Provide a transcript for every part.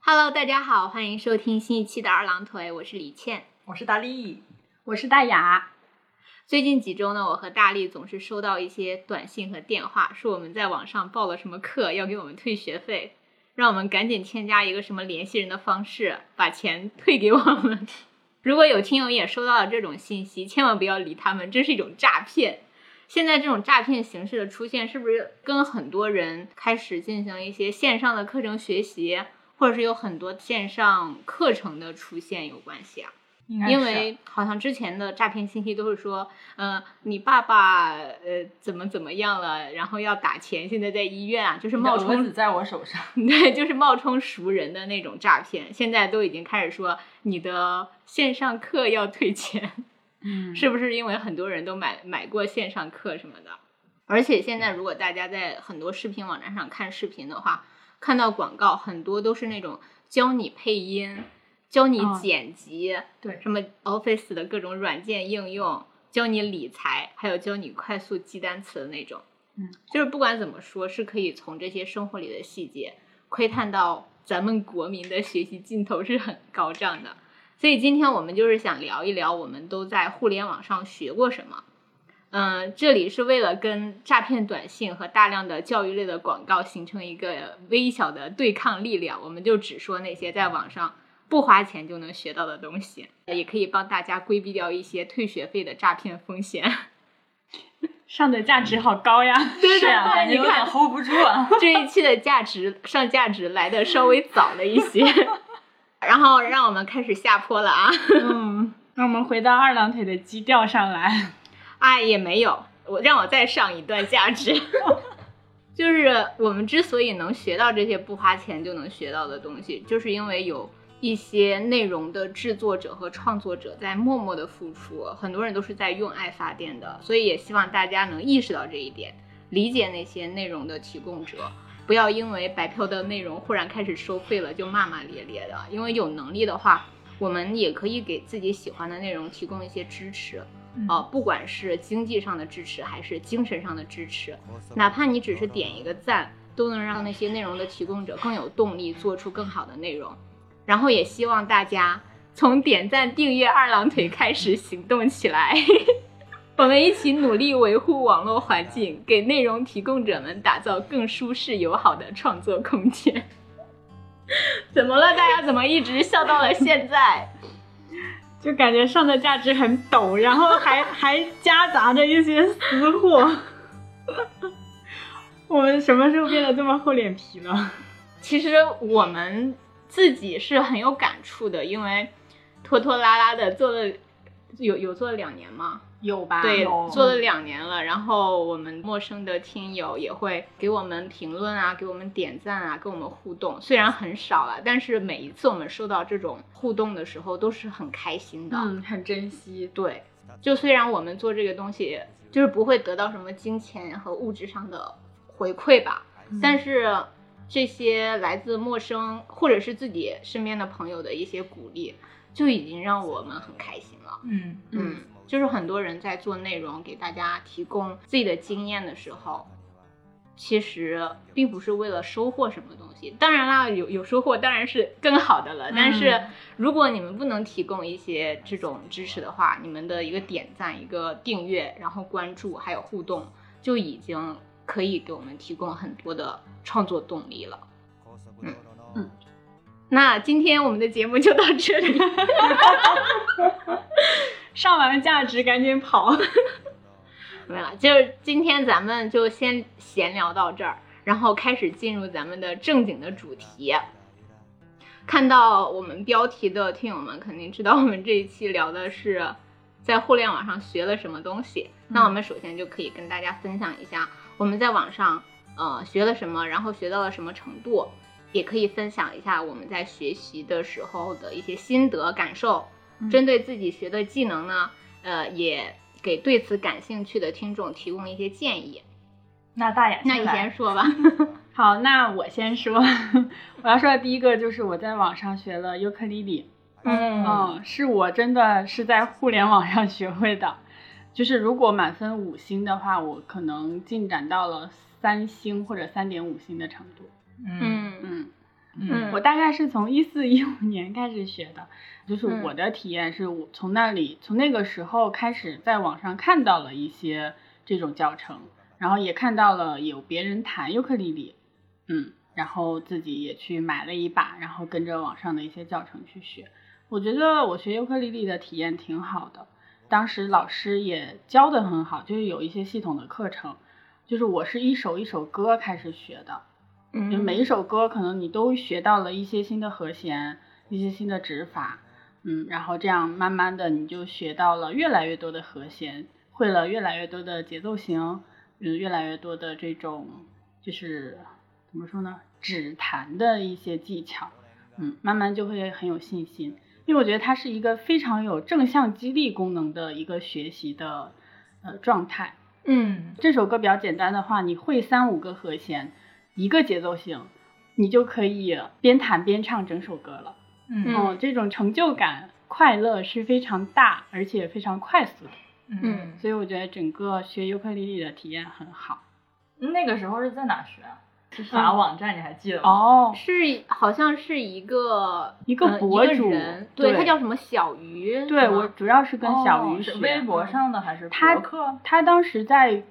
Hello，大家好，欢迎收听新一期的二郎腿，我是李倩。我是大力，我是大雅，最近几周呢，我和大力总是收到一些短信和电话，说我们在网上报了什么课，要给我们退学费，让我们赶紧添加一个什么联系人的方式，把钱退给我们。 如果有听友也收到了这种信息，千万不要理他们，这是一种诈骗。现在这种诈骗形式的出现，是不是跟很多人开始进行一些线上的课程学习，或者是有很多线上课程的出现有关系啊？应因为好像之前的诈骗信息都是说，呃，你爸爸呃怎么怎么样了，然后要打钱，现在在医院啊，就是冒冒充充子在我手上， 对，就是冒充熟人的那种诈骗。现在都已经开始说你的线上课要退钱， 嗯是不是因为很多人都买买过线上课什么的？而且现在如果大家在很多视频网站上看视频的话，看到广告很多都是那种教你配音、教你哦剪辑。对，什么 Office 的各种软件应用，教你理财，还有教你快速记单词的那种。嗯，就是不管怎么说，是可以从这些生活里的细节窥探到咱们国民的学习劲头是很高涨的。所以今天我们就是想聊一聊，我们都在互联网上学过什么。嗯，这里是为了跟诈骗短信和大量的教育类的广告形成一个微小的对抗力量，我们就只说那些在网上不花钱就能学到的东西， 也可以帮大家规避掉一些退学费的诈骗风险。 上的价值好高呀！对是啊，感觉你有点看 hold 不住 啊。这一期的价值上价值来的稍微早了一些， 然后让我们开始下坡了啊！嗯，那我们回到二郎腿的基调上来。哎，也没有，我让我再上一段价值。 就是我们之所以能学到这些不花钱就能学到的东西，就是因为有一些内容的制作者和创作者在默默的付出，很多人都是在用爱发电的，所以也希望大家能意识到这一点，理解那些内容的提供者，不要因为白嫖的内容忽然开始收费了就骂骂咧咧的，因为有能力的话，我们也可以给自己喜欢的内容提供一些支持。嗯啊、不管是经济上的支持还是精神上的支持，哪怕你只是点一个赞，都能让那些内容的提供者更有动力做出更好的内容。然后也希望大家从点赞、订阅二郎腿开始行动起来， 我们一起努力维护网络环境，给内容提供者们打造更舒适友好的创作空间。 怎么了？大家怎么一直笑到了现在？就感觉上的价值很陡，然后 还还夹杂着一些私货。 我们什么时候变得这么厚脸皮了？其实我们自己是很有感触的，因为拖拖拉拉的做了有有做了两年嘛，啊有嗯吧对，有做了两年了。然后我们陌生的听友也会给我们评论啊，给我们点赞啊，跟我们互动。虽然很少了，但是每一次我们收到这种互动的时候，都是很开心的。嗯，很珍惜。对，就虽然我们做这个东西，就是不会得到什么金钱和物质上的回馈吧，但是这些来自陌生或者是自己身边的朋友的一些鼓励，就已经让我们很开心了。嗯，嗯，就是很多人在做内容，给大家提供自己的经验的时候。其实并不是为了收获什么东西，当然啦，有有收获当然是更好的了。但是如果你们不能提供一些这种支持的话，你们的一个点赞、一个订阅，然后关注还有互动，就已经可以给我们提供很多的创作动力了。嗯嗯，那今天我们的节目就到这里。 上完价值赶紧跑。没了，就是今天咱们就先闲聊到这儿，然后开始进入咱们的正 经的主题。看到我们标题的听友们肯定知道，我们这一期聊的是在互联网上学了什么东西。那我们首先就可以跟大家分享一下我们在网上呃学了什么，然后学到了什么程度，也可以分享一下我们在学习的时候的一些心得感受。嗯针对自己学的技能呢，呃，也给对此感兴趣的听众提供一些建议。那大雅，那你先说吧。 好，那我先说，我要说的第一个就是我在网上学了尤克里里。嗯嗯，是我真的是在互联网上学会的，就是如果满分五星的话，我可能进展到了三星或者三点五星的程度。嗯嗯嗯，嗯我大概是从一四一五年开始学的，就是嗯我的体验是我从那里从那个时候开始在网上看到了一些这种教程，然后也看到了有别人弹尤克里里，嗯，然后自己也去买了一把，然后跟着网上的一些教程去学。我觉得我学尤克里里的体验挺好的，当时老师也教的很好，就是有一些系统的课程，就是我是一首一首歌开始学的，就嗯，每一首歌可能你都学到了一些新的和弦，一些新的指法，嗯，然后这样慢慢的你就学到了越来越多的和弦，会了越来越多的节奏型，嗯，越来越多的这种就是怎么说呢，指弹的一些技巧，嗯，慢慢就会很有信心，因为我觉得它是一个非常有正向激励功能的一个学习的呃状态。嗯这首歌比较简单的话，你会三五个和弦，一个节奏型，你就可以边弹边唱整首歌了。嗯嗯嗯，这种成就感、快乐是非常大，而且非常快速的。嗯嗯所以我觉得整个学尤克里里的体验很好。那个时候是在哪学啊？是啥网站？你还记得吗？哦，是好像是一个一个呃博一主个人对对他叫什么小鱼，对是吗我主要是跟小哦鱼学。是微博上的还是他博客？他当时在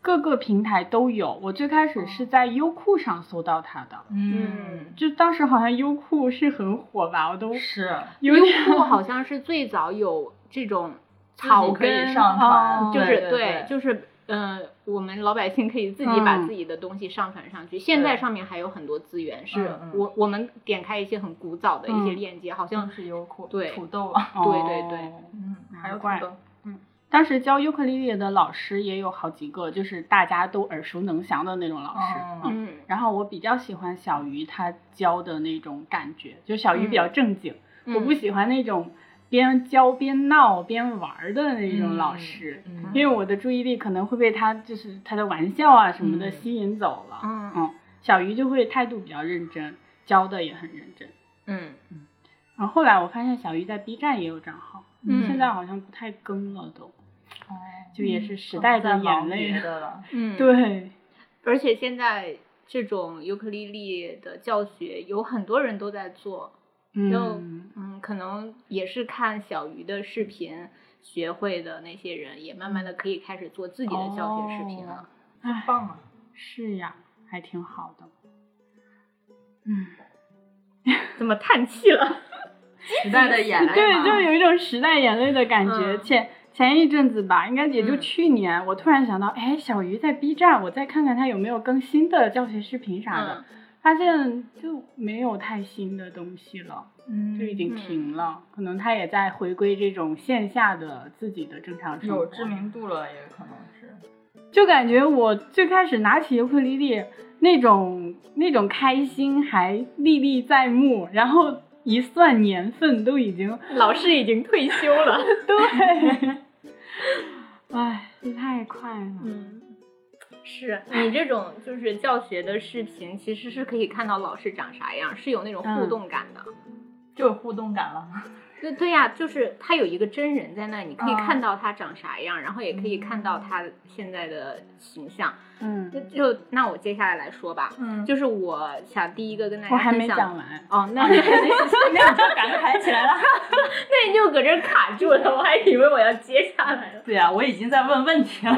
各个平台都有，我最开始哦是在优酷上搜到他的，嗯就当时好像优酷是很火吧，我都是有优点酷好像是最早有这种 自己草可以根上哦传，就是对就就是呃，我们老百姓可以自己把嗯自己的东西上传上去。现在对上面还有很多资源，是嗯嗯我我们点开一些很古早的一些嗯链接，好像是优酷对土豆啊，对对对哦嗯，还有土怪豆，当时教尤克里里的老师也有好几个，就是大家都耳熟能详的那种老师。哦嗯嗯，然后我比较喜欢小鱼他教的那种感觉，就小鱼嗯比较正经，嗯我不喜欢那种边教边闹边玩儿的那种老师，嗯因为我的注意力可能会被他就是他的玩笑啊什么的嗯吸引走了。嗯小鱼就会态度比较认真，教的也很认真。嗯然后后来我发现小鱼在 B 站也有账号，嗯现在好像不太更了都。哦就也是时代的眼泪可能在忙别的了，嗯，，对，而且现在。这种尤克里里的教学有很多人都在做，嗯，嗯，可能也是看小鱼的视频学会的那些人，也慢慢的可以开始做自己的教学视频了。哎，棒啊！哦是呀，还挺好的。嗯，怎么叹气了？时代的眼泪对，嘛就有一种时代眼泪的感觉。嗯前前一阵子吧，应该也就嗯去年，我突然想到，哎，小鱼在 B 站，我再看看他有没有更新的教学视频啥的，嗯发现就没有太新的东西了，嗯就已经停了。可能他也在回归这种线下的自己的正常生活。有知名度了，也可能是就感觉我最开始拿起尤克里里那种那种开心还历历在目，然后一算年份都已经嗯老师已经退休了。 对，哎，这太快了。嗯，是你这种就是教学的视频，其实是可以看到老师长啥样，是有那种互动感的。就有互动感了。对对呀、就是他有一个真人在那，你可以嗯看到他长啥样，然后也可以看到他现在的形象。嗯嗯就，就那我接下来来说吧，嗯就是我想第一个跟大家我还没分享讲完。哦，那你 那你就感慨起来了。那你就搁这儿卡住了，我还以为我要接下来了。 对呀、我已经在问问题了。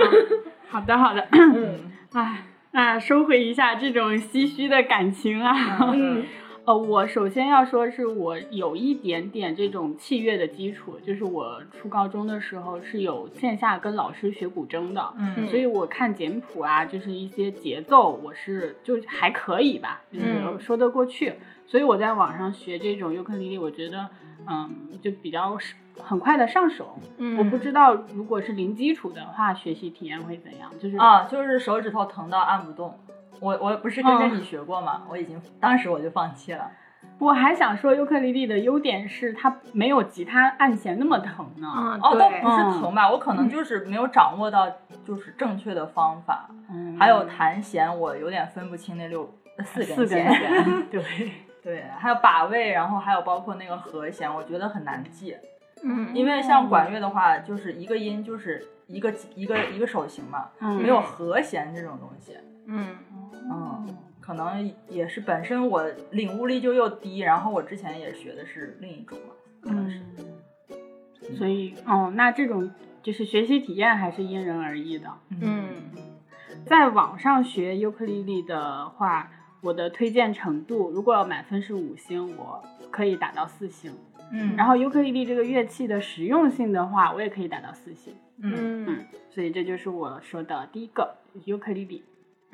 好的，好的。 嗯哎，那收回一下这种唏嘘的感情啊。嗯 呃，我首先要说是我有一点点这种器乐的基础，就是我初高中的时候是有线下跟老师学古筝的。嗯所以我看简谱啊，就是一些节奏，我是就还可以吧，就是嗯说得过去。所以我在网上学这种尤克里里，我觉得，嗯，就比较是很快的上手。嗯我不知道如果是零基础的话，学习体验会怎样？就是，啊，就是手指头疼到按不动。我我不是跟嗯着你学过吗？我已经当时我就放弃了。我还想说，尤克里里的优点是它没有吉他按弦那么疼呢。嗯，哦，倒对，不是疼吧，我可嗯能就是没有掌握到就是正确的方法，嗯还有弹弦，我有点分不清那六四根四根弦，对， 对，还有把位，然后还有包括那个和弦，我觉得很难记，嗯，因为像管乐的话，就是一个音就是一个一个一个手型嘛，嗯没有和弦这种东西。嗯。嗯，可能也是本身我领悟力就又低，然后我之前也学的是另一种嘛，可能是。嗯，所以哦，那这种就是学习体验还是因人而异的。嗯在网上学尤克里里的话，我的推荐程度如果满分是五星，我可以打到四星。嗯然后尤克里里这个乐器的实用性的话，我也可以打到四星。嗯嗯所以这就是我说的第一个尤克里里。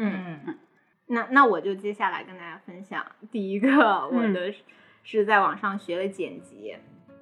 嗯，嗯那那我就接下来跟大家分享第一个，我的是是在网上学了剪辑，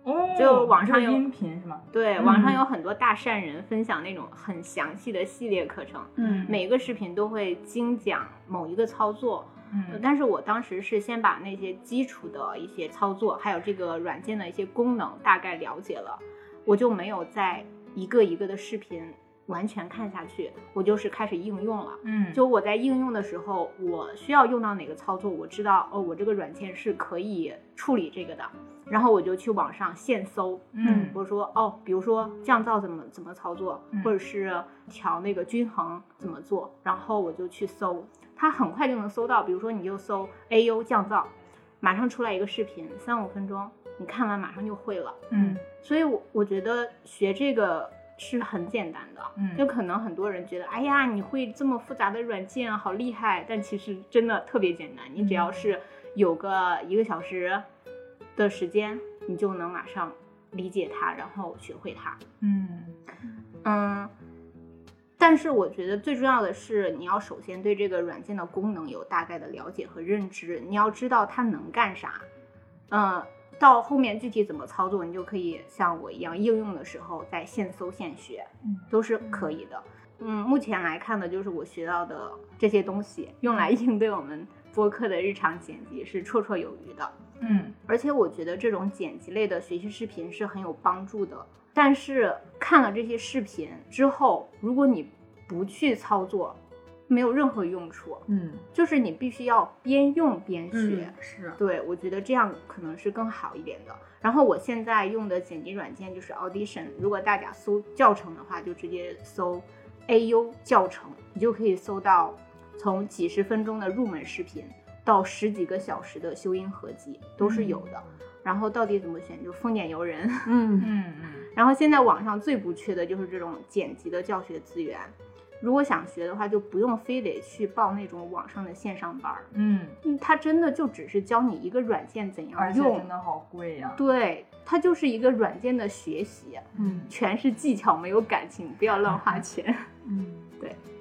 哦，就网上是有音频是吗？对，网上嗯有很多大善人分享那种很详细的系列课程，嗯每个视频都会精讲某一个操作，嗯呃但是我当时是先把那些基础的一些操作，还有这个软件的一些功能大概了解了，我就没有再一个一个的视频完全看下去，我就是开始应用了。嗯就我在应用的时候，我需要用到哪个操作，我知道哦，我这个软件是可以处理这个的，然后我就去网上现搜，嗯我说哦，比如说降噪怎么怎么操作嗯，或者是调那个均衡怎么做，然后我就去搜，它很快就能搜到。比如说你就搜 AU 降噪，马上出来一个视频，三五分钟，你看完马上就会了。嗯所以我，我觉得学这个是很简单的。嗯就可能很多人觉得，哎呀，你会这么复杂的软件，好厉害！但其实真的特别简单，你只要是有个一个小时的时间，你就能马上理解它，然后学会它。嗯嗯，但是我觉得最重要的是，你要首先对这个软件的功能有大概的了解和认知，你要知道它能干啥。嗯，到后面具体怎么操作，你就可以像我一样应用的时候再现搜现学，嗯都是可以的。嗯，目前来看呢，就是我学到的这些东西，用来应对我们播客的日常剪辑是绰绰有余的。嗯而且我觉得这种剪辑类的学习视频是很有帮助的。但是看了这些视频之后，如果你不去操作，没有任何用处。嗯就是你必须要边用边学。嗯，是，对，我觉得这样可能是更好一点的。然后我现在用的剪辑软件就是 Audition，如果大家搜教程的话，就直接搜 AU 教程，你就可以搜到从几十分钟的入门视频到十几个小时的修音合集都是有的。然后到底怎么选，就丰俭由人。 嗯嗯然后现在网上最不缺的就是这种剪辑的教学资源。如果想学的话，就不用非得去报那种网上的线上班儿，嗯，嗯，它真的就只是教你一个软件怎而样且用真，的好贵呀。对，它就是一个软件的学习，嗯全是技巧，没有感情，不要乱 花钱。嗯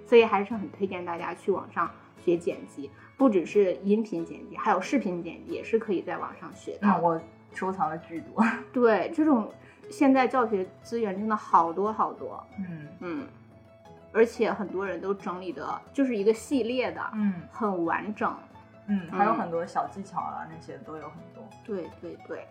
所以还是很推荐大家去网上学剪辑，不只是音频剪辑，还有视频剪辑也是可以在网上学那到。我收藏了巨 多。对，这种现在教学资源真的好多好多，嗯嗯，而且很多人都整理的就是一个系列的，嗯很完整。嗯，还有很多小技巧啊，那些都有很多。对对对。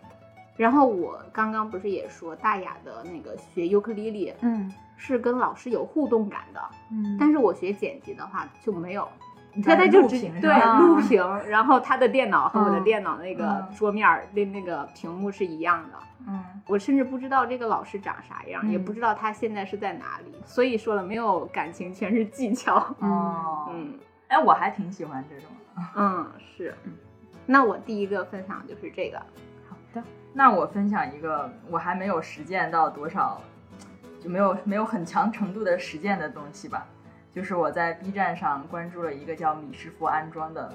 然后我刚刚不是也说大雅的那个学尤克里里嗯是跟老师有互动感的，嗯但是我学剪辑的话就没有，你他嗯在他就录只屏是啊对吧录屏，然后他的电脑和我的嗯电脑那个嗯桌面儿那那个屏幕是一样的，嗯我甚至不知道这个老师长啥样，也嗯不知道他现在是在哪里，所以说了没有感情，全是技巧。哦，嗯哎，我还挺喜欢这种的。嗯是，那我第一个分享就是这个，好的，那我分享一个我还没有实践到多少，就没有没有很强程度的实践的东西吧。就是我在 B 站上关注了一个叫米师傅安装的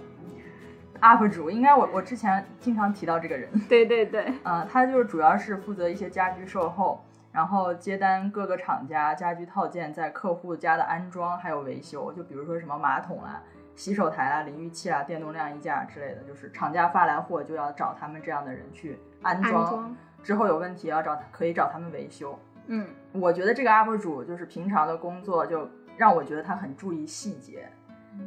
UP 主，应该我我之前经常提到这个人。对对对，呃，他就是主要是负责一些家居售后，然后接单各个厂家家居套件在客户家的安装还有维修，就比如说什么马桶啊、洗手台啊、淋浴器啊、电动晾衣架之类的，就是厂家发来货就要找他们这样的人去安安装，装，之后有问题要找他可以找他们维修。嗯我觉得这个 UP 主就是平常的工作就让我觉得他很注意细节，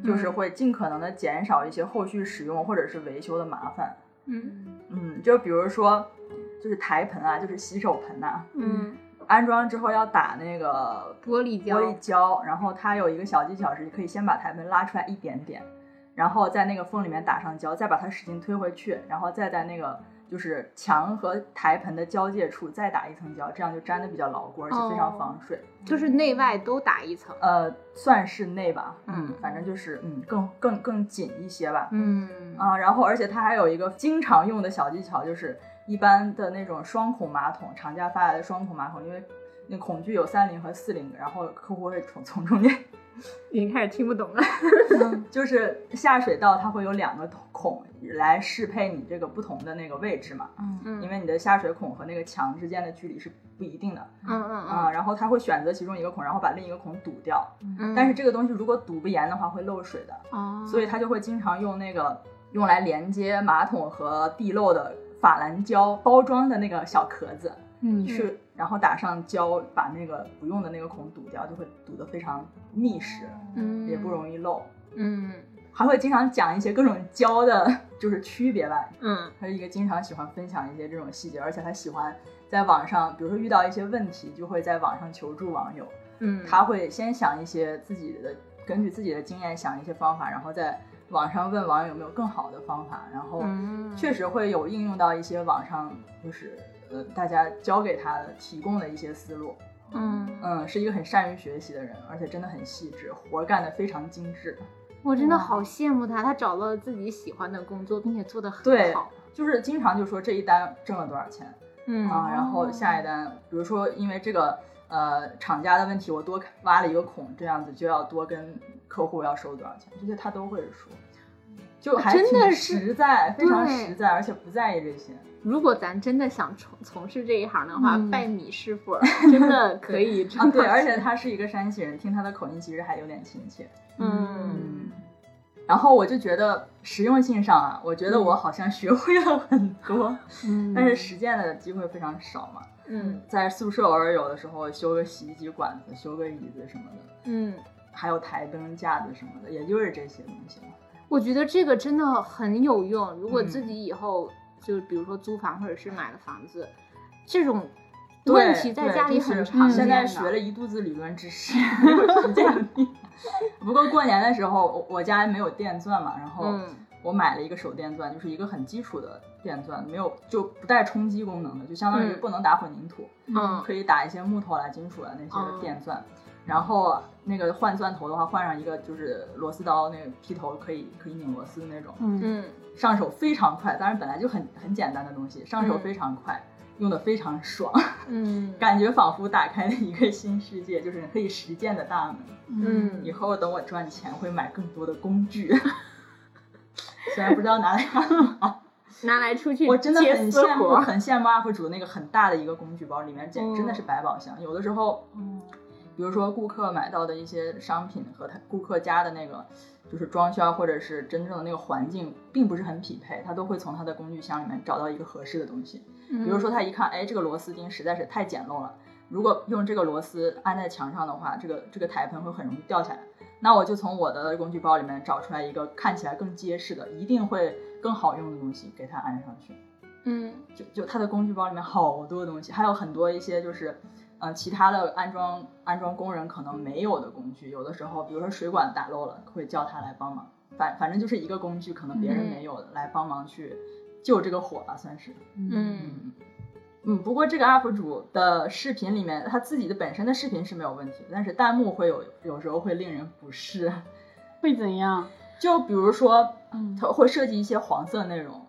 就是会尽可能的减少一些后续使用或者是维修的麻烦。嗯嗯，就比如说，就是台盆啊，就是洗手盆呐、嗯，安装之后要打那个玻璃玻胶，璃胶，然后它有一个小技巧是，可以先把台盆拉出来一点点，然后在那个缝里面打上胶，再把它使劲推回去，然后再在那个就是墙和台盆的交界处再打一层胶，这样就粘的比较牢固，而且非常哦防水。就是内外都打一层。呃，算室内吧，嗯反正就是嗯，更更更紧一些吧，嗯啊，然后而且它还有一个经常用的小技巧，就是一般的那种双孔马桶，厂家发来的双孔马桶，因为那孔距有三零和四零，然后客户会从从中间，已经开始听不懂了。 就是下水道它会有两个孔来适配你这个不同的那个位置嘛，嗯嗯因为你的下水孔和那个墙之间的距离是不一定的嗯 嗯啊，然后它会选择其中一个孔，然后把另一个孔堵掉，嗯，但是这个东西如果堵不严的话会漏水的，哦，所以他就会经常用那个用来连接马桶和地漏的法兰胶包装的那个小壳子，嗯嗯是然后打上胶，把那个不用的那个孔堵掉，就会堵得非常密实，嗯也不容易漏。嗯还会经常讲一些各种胶的，就是区别吧。嗯他是一个经常喜欢分享一些这种细节，而且他喜欢在网上，比如说遇到一些问题，就会在网上求助网友。嗯，他会先想一些自己的，根据自己的经验想一些方法，然后在网上问网友有没有更好的方法，然后嗯确实会有应用到一些网上就是呃大家教给他的提供的一些思路。嗯，嗯，是一个很善于学习的人，而且真的很细致，活儿干得非常精致。我真的好羡慕他，他找到了自己喜欢的工作，并且做得很对好。就是经常就说这一单挣了多少钱嗯啊，然后下一单，比如说因为这个呃厂家的问题，我多挖了一个孔，这样子就要多跟客户要收多少钱，这些他都会说，就还真的挺是实在，非常对实在，而且不在意这些。如果咱真的想从从事这一行的话，嗯拜米师傅 真的可以挣啊，到钱。 对，而且他是一个山西人，听他的口音其实还有点亲切。嗯然后我就觉得实用性上啊，我觉得嗯我好像学会了很多，嗯，但是实践的机会非常少嘛。嗯在宿舍偶尔有的时候修个洗衣机管子、修个椅子什么的，嗯，还有台灯、架子什么的，也就是这些东西了。我觉得这个真的很有用。如果嗯自己以后就比如说租房或者是买了房子，这种对问题在对家里就是啊很常见现在的嗯学了一肚子理论知识，没有实践能力。 不过过年的时候，我我家没有电钻嘛，然后嗯我买了一个手电钻，就是一个很基础的电钻，没有就不带冲击功能的，就相当于嗯不能打混凝土，嗯可以打一些木头啦、啊金属啦那哦些电钻。然后那个换钻头的话，换上一个就是螺丝刀那个劈头可以可以拧螺丝的那种，嗯嗯上手非常快。当然本来就很很简单的东西，上手嗯非常快，用的非常爽。 嗯感觉仿佛打开了一个新世界，就是可以实践的大门。以嗯，后等我赚钱，会买更多的工具， 虽然不知道拿来干嘛。拿来出去啊我真的接很私羡慕，活很羡慕 UP 主那个很大的一个工具包，里面简真的是百宝箱。有的时候，嗯比如说顾客买到的一些商品和他顾客家的那个。就是装修啊或者是真正的那个环境并不是很匹配，他都会从他的工具箱里面找到一个合适的东西。比如说他一看，哎，这个螺丝钉实在是太简陋了，如果用这个螺丝安在墙上的话，这个这个台盆会很容易掉下来。那我就从我的工具包里面找出来一个看起来更结实的，一定会更好用的东西，给它安上去。嗯就就它的工具包里面好多东西，还有很多一些就是，呃，其他的安装安装工人可能没有的工具，有的时候比如说水管打漏了，会叫他来帮忙。反反正就是一个工具，可能别人没有的，来帮忙去救这个火吧，算是。嗯嗯，嗯，不过这个 UP 主的视频里面，他自己的本身的视频是没有问题的，但是弹幕会有有时候会令人不适。会怎样？就比如说，嗯他会设计一些黄色内容，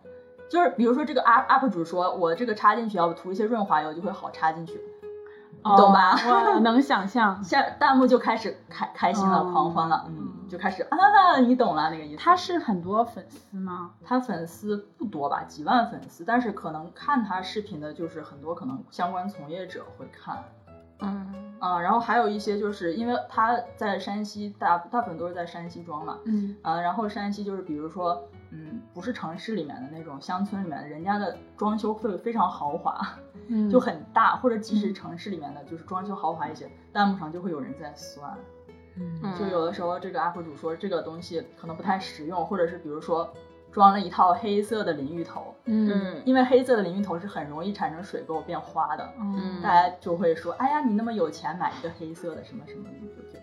就是比如说这个 UP UP 主说，我这个插进去要不涂一些润滑油就会好插进去，你懂吧？，哦我能想象下弹幕就开始开开心了，哦狂欢了，嗯，就开始啊， 你懂了那个意思。他是很多粉丝吗？他粉丝不多吧，几万粉丝，但是可能看他视频的，就是很多可能相关从业者会看，嗯啊，然后还有一些就是因为他在山西大大部分都是在山西庄嘛，嗯啊，然后山西就是比如说，嗯，不是城市里面的那种乡村里面的，人家的装修会非常豪华，嗯，就很大，或者即使嗯城市里面的就是装修豪华一些，弹幕上就会有人在酸，嗯嗯就有的时候这个 UP 主说这个东西可能不太实用，或者是比如说装了一套黑色的淋浴头，嗯嗯因为黑色的淋浴头是很容易产生水垢变花的，嗯，大家就会说，哎呀，你那么有钱买一个黑色的什么什么的，就就就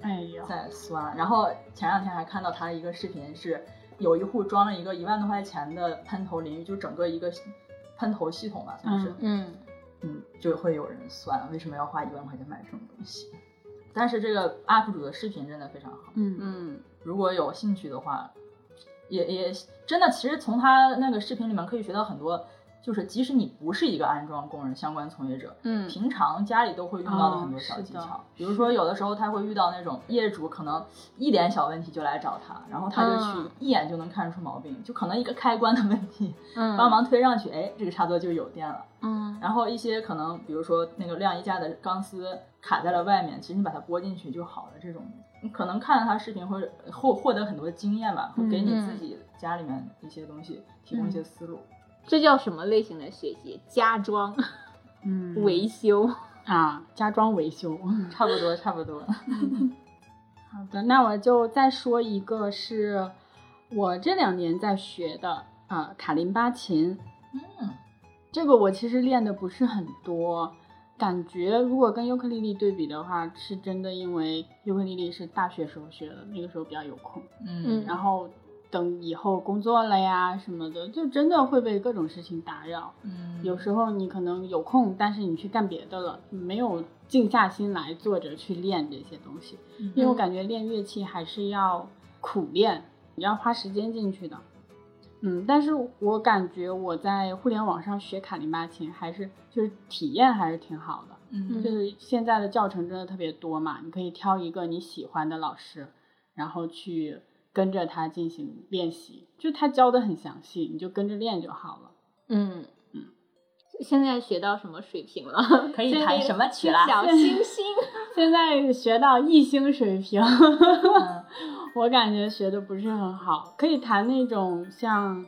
哎呀，在酸。然后前两天还看到他一个视频是，有一户装了一个一万多块钱的喷头淋浴，就整个一个喷头系统吧，算是，嗯，嗯，就会有人算为什么要花一万块钱买这种东西。但是这个 UP 主的视频真的非常好，嗯嗯，如果有兴趣的话，也也真的，其实从他那个视频里面可以学到很多，就是即使你不是一个安装工人相关从业者，嗯平常家里都会用到的很多小哦是技的巧，比如说有的时候他会遇到那种业主可能一点小问题就来找他，然后他就去嗯一眼就能看出毛病，就可能一个开关的问题，嗯，帮，忙推上去，哎，这个插座就有电了。嗯然后一些可能，比如说那个晾衣架的钢丝卡在了外面，其实你把它拨进去就好了。这种你可能看了他视频会获获得很多经验吧，会给你嗯自己家里面一些东西提供一些思路。这叫什么类型的学习？家装、 嗯，维修，啊，家装维修。差不多，差 不多。好的，那我就再说一个是我这两年在学的啊、卡林巴琴。嗯，这个我其实练的不是很多，感觉如果跟尤克里里对比的话，是真的因为尤克里里是大学时候学的，那个时候比较有空，嗯然后等以后工作了呀什么的，就真的会被各种事情打扰。嗯有时候你可能有空，但是你去干别的了，你没有静下心来坐着去练这些东西。因为我感觉练乐器还是要苦练，你要花时间进去的。嗯，但是我感觉我在互联网上学卡林巴琴，还是就是体验还是挺好的。嗯就是现在的教程真的特别多嘛，你可以挑一个你喜欢的老师，然后去跟着他进行练习，就他教的很详细，你就跟着练就好了。嗯嗯。现在学到什么水平了？可以弹什么曲小啦？ 星星， 现在学到一星水平，嗯 我感觉学的不是很好，可以弹那种像《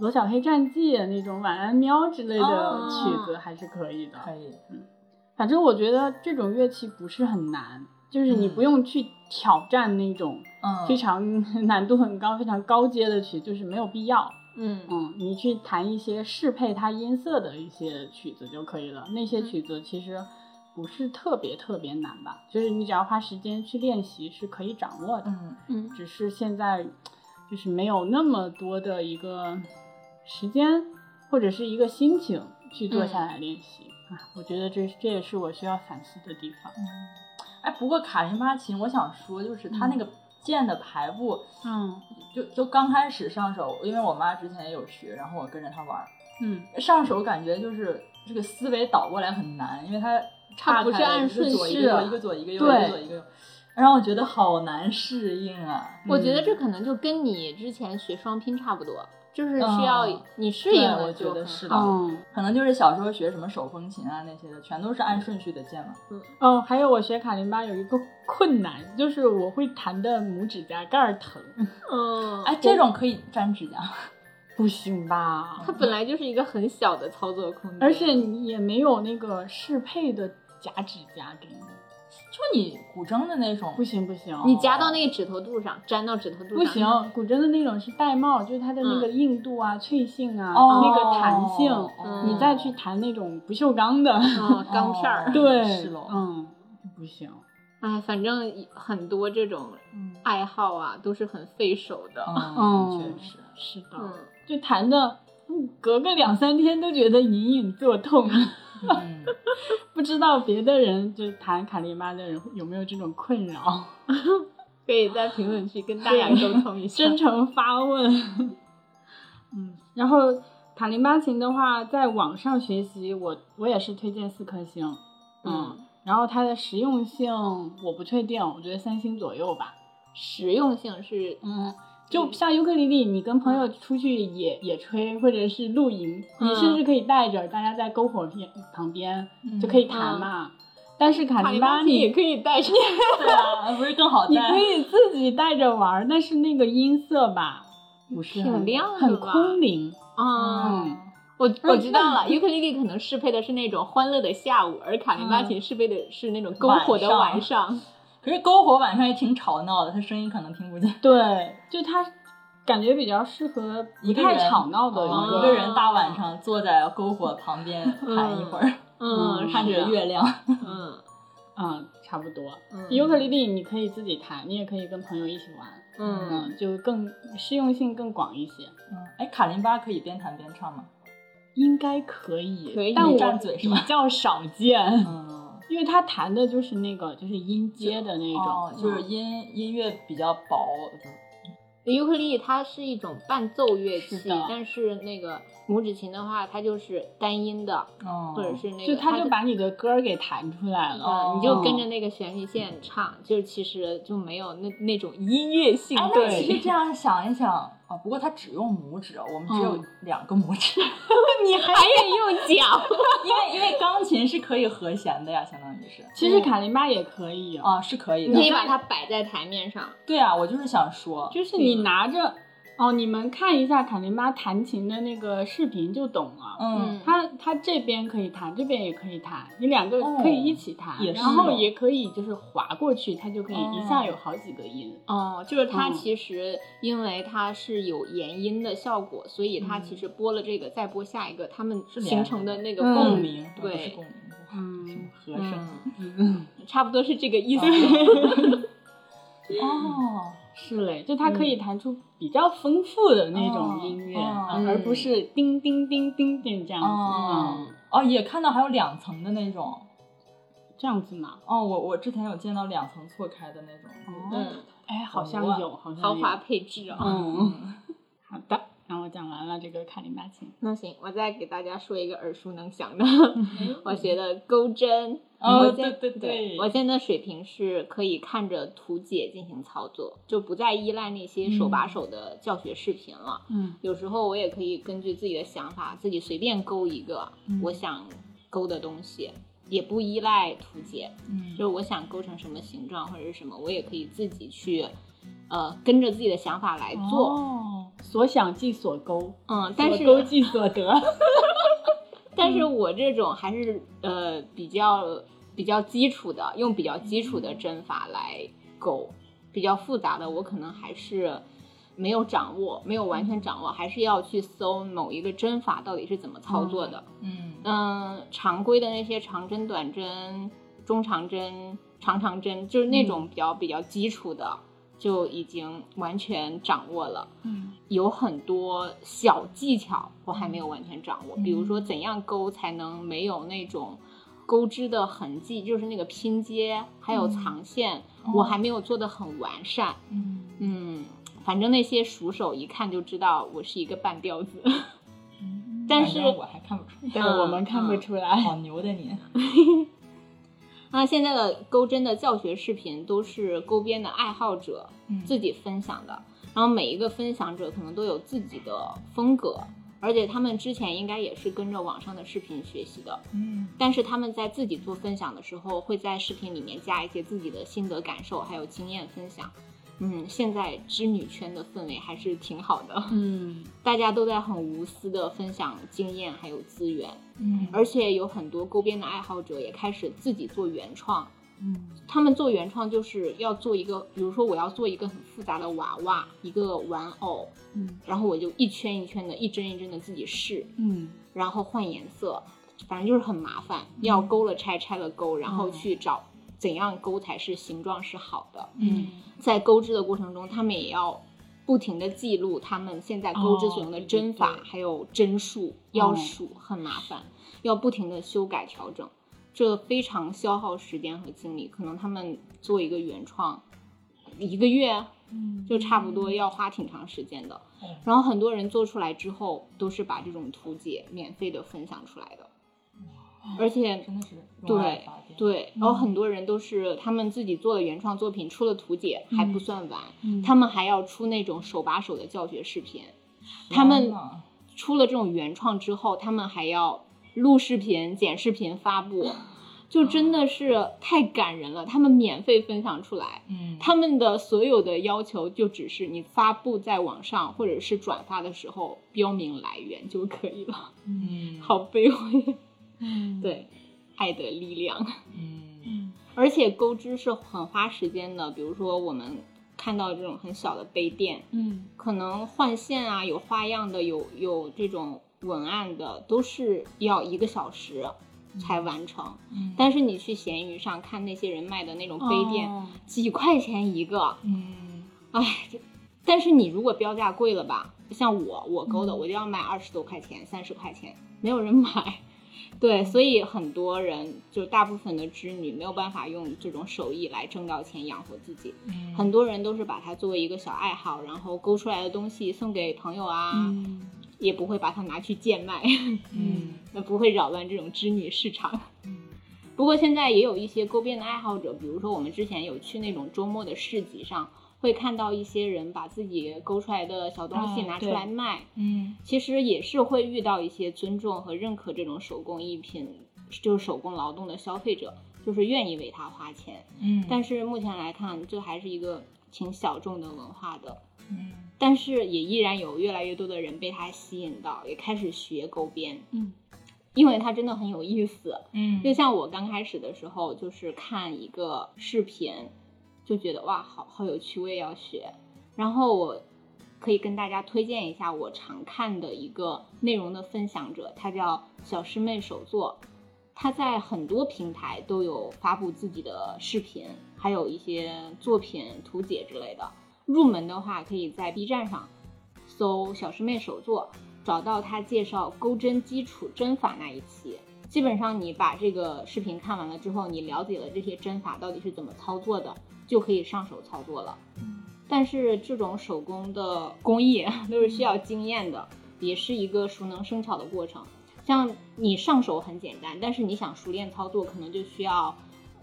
罗小黑战记》那种《晚安喵》之类的哦曲子还是可以的。可以。反正我觉得这种乐器不是很难，就是你嗯不用去挑战那种嗯，非常难度很高、非常高阶的曲，就是没有必要。嗯嗯，你去弹一些适配它音色的一些曲子就可以了。那嗯些曲子其实不是特别特别难吧，就是你只要花时间去练习是可以掌握的。嗯嗯只是现在就是没有那么多的一个时间或者是一个心情去坐嗯下来练习、啊。我觉得这这也是我需要反思的地方。嗯。哎，不过卡林巴琴，我想说，就是它那个键的排布，嗯就就刚开始上手，因为我妈之前也有学，然后我跟着她玩儿，嗯上手感觉就是这个思维倒过来很难，因为它它岔不是开了按一个顺左一序个右啊一个左一个右一对个左一个右，让我觉得好难适应啊。我觉得这可能就跟你之前学双拼差不多，就是需要嗯你适应对了我觉就得很是的好嗯可能就是小时候学什么手风琴啊那些的，全都是按顺序的键嘛。哦，还有我学卡林巴有一个困难，就是我会弹的拇指甲盖儿疼，嗯，哎，这种可以粘指甲，不行吧它？本来就是一个很小的操作空间，而且你也没有那个适配的夹指甲给你，就你古筝的那种不，行不行，你夹到那个指头度上，粘到指头度上不行，古筝的那种是戴帽，就是它的那个硬度啊、脆性啊、哦，那个弹性，哦你再去弹那种不锈钢的，哦，钢片儿哦。对，是咯嗯，不行，哎，反正很多这种嗯爱好啊，都是很费手的。嗯， 确实，是的，嗯，就弹的，嗯隔个两三天都觉得隐隐作痛， 嗯，不知道别的人就弹卡林巴的人有没有这种困扰，可以在评论区跟大家沟通一下。真诚 发问，嗯，然后。卡林巴琴的话，在网上学习，我我也是推荐四颗星，嗯，嗯，然后它的实用性我不确定，我觉得三星左右吧。实用性是嗯，就像尤克里里，你跟朋友出去野野炊或者是露营，嗯你甚至可以带着，大家在篝火边旁边就可以弹嘛。但是卡卡林嗯林巴巴，你也你可以 带上。对啊，不是更好你带可？以自己带着玩儿，但是那个音色吧，不是很嗯挺亮的很吧空灵。嗯，我我知道了，尤克里里可能适配的是那种欢乐的下午，而卡林巴琴适配的是那种篝火的晚上。可是篝火晚上也挺吵闹的，它声音可能听不见。对，就它感觉比较适合不一个太人吵闹的哦一一个个人人大晚上 坐在篝火旁边弹一会儿，嗯，嗯看着是啊月亮。嗯，嗯，差不多。嗯尤克里里你可以自己弹，你也可以跟朋友一起玩，嗯，嗯，就更适用性更广一些。嗯，哎，卡林巴可以边弹边唱吗？应该可以，可以但你我占嘴是比吧较少见， 嗯，因为他弹的就是那个就是音阶的那种，哦，就是嗯音音乐比较薄，尤克里里它是一种伴奏乐器是的，但是那个拇指琴的话，它就是单音的，哦，或者是那就个他就就把你的歌儿给弹出来了。嗯，你就跟着那个旋律线唱，就其实就没有那那种音乐性哎，那对 其实这样想一想啊，不过他只用拇指，哦我们只有嗯两个拇指，你还得用脚，因为因为钢琴是可以和弦的呀，相当于是其实卡林巴也可以，啊，是可以你可以的。把它摆在台面上。对啊，我就是想说，就是你拿着哦，你们看一下卡林巴弹琴的那个视频就懂了。嗯，他他这边可以弹，这边也可以弹，你两个哦可以一起弹，也是然后哦也可以就是划过去，它就可以一下有好几个音。哦，就是它嗯其实因为它是有延音的效果，所以它其实播了这个再播下一个，它们是连形成的那个嗯共共鸣，鸣，对不是共鸣，什嗯么和声？嗯，嗯，差不多是这个意思。 哦，是嘞，就它可以弹出比较丰富的那哦种音乐，哦嗯而不是叮叮叮叮叮这样子。哦嗯，哦，也看到还有两层的那种。这样子嘛。哦，我我之前有见到两层错开的那种。哦，嗯，哎，好像懂了有，好像有豪华。配置啊、嗯，好的，那我讲完了这个卡林巴琴。那行，我再给大家说一个耳熟能详的，我学的钩针。哦我现对对对我现在水平是可以看着图解进行操作，就不再依赖那些手把手的教学视频了。嗯有时候我也可以根据自己的想法，自己随便勾一个我想勾的东西，也不依赖图解。嗯就是我想勾成什么形状或者是什么，我也可以自己去，呃，跟着自己的想法来做。哦，所想即所勾，嗯，但是所勾即所得。但是我这种还是呃比较比较基础的，用比较基础的针法来勾，比较复杂的我可能还是没有掌握，没有完全掌握，还是要去搜某一个针法到底是怎么操作的。嗯嗯、常规的那些长针、短针、中长针、长长针，就是那种比较比较基础的，就已经完全掌握了。 嗯有很多小技巧我还没有完全掌握，嗯比如说怎样勾才能没有那种钩织的痕迹，就是那个拼接还有藏线，嗯我还没有做的很完善。嗯嗯，反正那些熟手一看就知道我是一个半吊子。 嗯，但反是正我还看不出来。嗯对，我们看不出来。好牛的你！那现在的钩针的教学视频都是钩边的爱好者嗯自己分享的，然后每一个分享者可能都有自己的风格，而且他们之前应该也是跟着网上的视频学习的，嗯但是他们在自己做分享的时候，会在视频里面加一些自己的心得感受，还有经验分享。嗯，现在织女圈的氛围还是挺好的， 嗯大家都在很无私的分享经验还有资源，嗯，而且有很多勾边的爱好者也开始自己做原创，嗯他们做原创就是要做一个，比如说我要做一个很复杂的娃娃，一个玩偶，嗯然后我就一圈一圈的，一针一针的自己试，嗯然后换颜色，反正就是很麻烦，要勾了拆，拆了勾，然后去找怎样勾才是形状是好的。嗯在钩织的过程中，他们也要不停的记录他们现在钩织所用的针法，哦对对对哦还有针数、要数，很麻烦，要不停的修改调整，这非常消耗时间和精力。可能他们做一个原创，一个月嗯哦就差不多要花挺长时间的嗯。然后很多人做出来之后，都是把这种图解免费的分享出来的，而且真的是用爱对发电。对，然后嗯很多人都是他们自己做的原创作品，出了图解还不嗯算完，嗯他们还要出那种手把手的教学视频。他们天哪出了这种原创之后，他们还要录视频、剪视频发 布，就真的是太感人了。他们免费分享出来，嗯，他们的所有的要求就只是你发布在网上或者是转发的时候标明来源就可以了。嗯好卑微， 嗯对，爱的力量。嗯嗯而且钩织是很花时间的，比如说我们看到这种很小的杯垫，嗯可能换线啊，有花样的，有有这种文案的，都是要一个小时，才完成。嗯但是你去闲鱼上看那些人卖的那种杯垫，哦几块钱一个，嗯哎，这但是你如果标价贵了吧，像我我勾的，我就要卖二十多块钱、三十块钱，没有人买。 对，所以很多人就大部分的织女没有办法用这种手艺来挣到钱养活自己，嗯很多人都是把它作为一个小爱好，然后勾出来的东西送给朋友啊，嗯也不会把它拿去贱卖，嗯那不会扰乱这种织女市场。嗯不过现在也有一些勾边的爱好者，比如说我们之前有去那种周末的市集上，会看到一些人把自己勾出来的小东西哦拿出对来卖，嗯其实也是会遇到一些尊重和认可这种手工艺品，就是手工劳动的消费者，就是愿意为它花钱。嗯，但是目前来看，这还是一个挺小众的文化的。嗯但是也依然有越来越多的人被它吸引到，也开始学勾边，嗯，因为它真的很有意思。嗯就像我刚开始的时候，就是看一个视频，就觉得哇，好好有趣，我也要学。然后我可以跟大家推荐一下我常看的一个内容的分享者，他叫小师妹手作，他在很多平台都有发布自己的视频，还有一些作品图解之类的。入门的话，可以在 B 站上搜“小师妹手作”，找到他介绍钩针基础针法那一期。基本上你把这个视频看完了之后，你了解了这些针法到底是怎么操作的，就可以上手操作了。但是这种手工的工艺啊都是需要经验的，也是一个熟能生巧的过程。像你上手很简单，但是你想熟练操作，可能就需要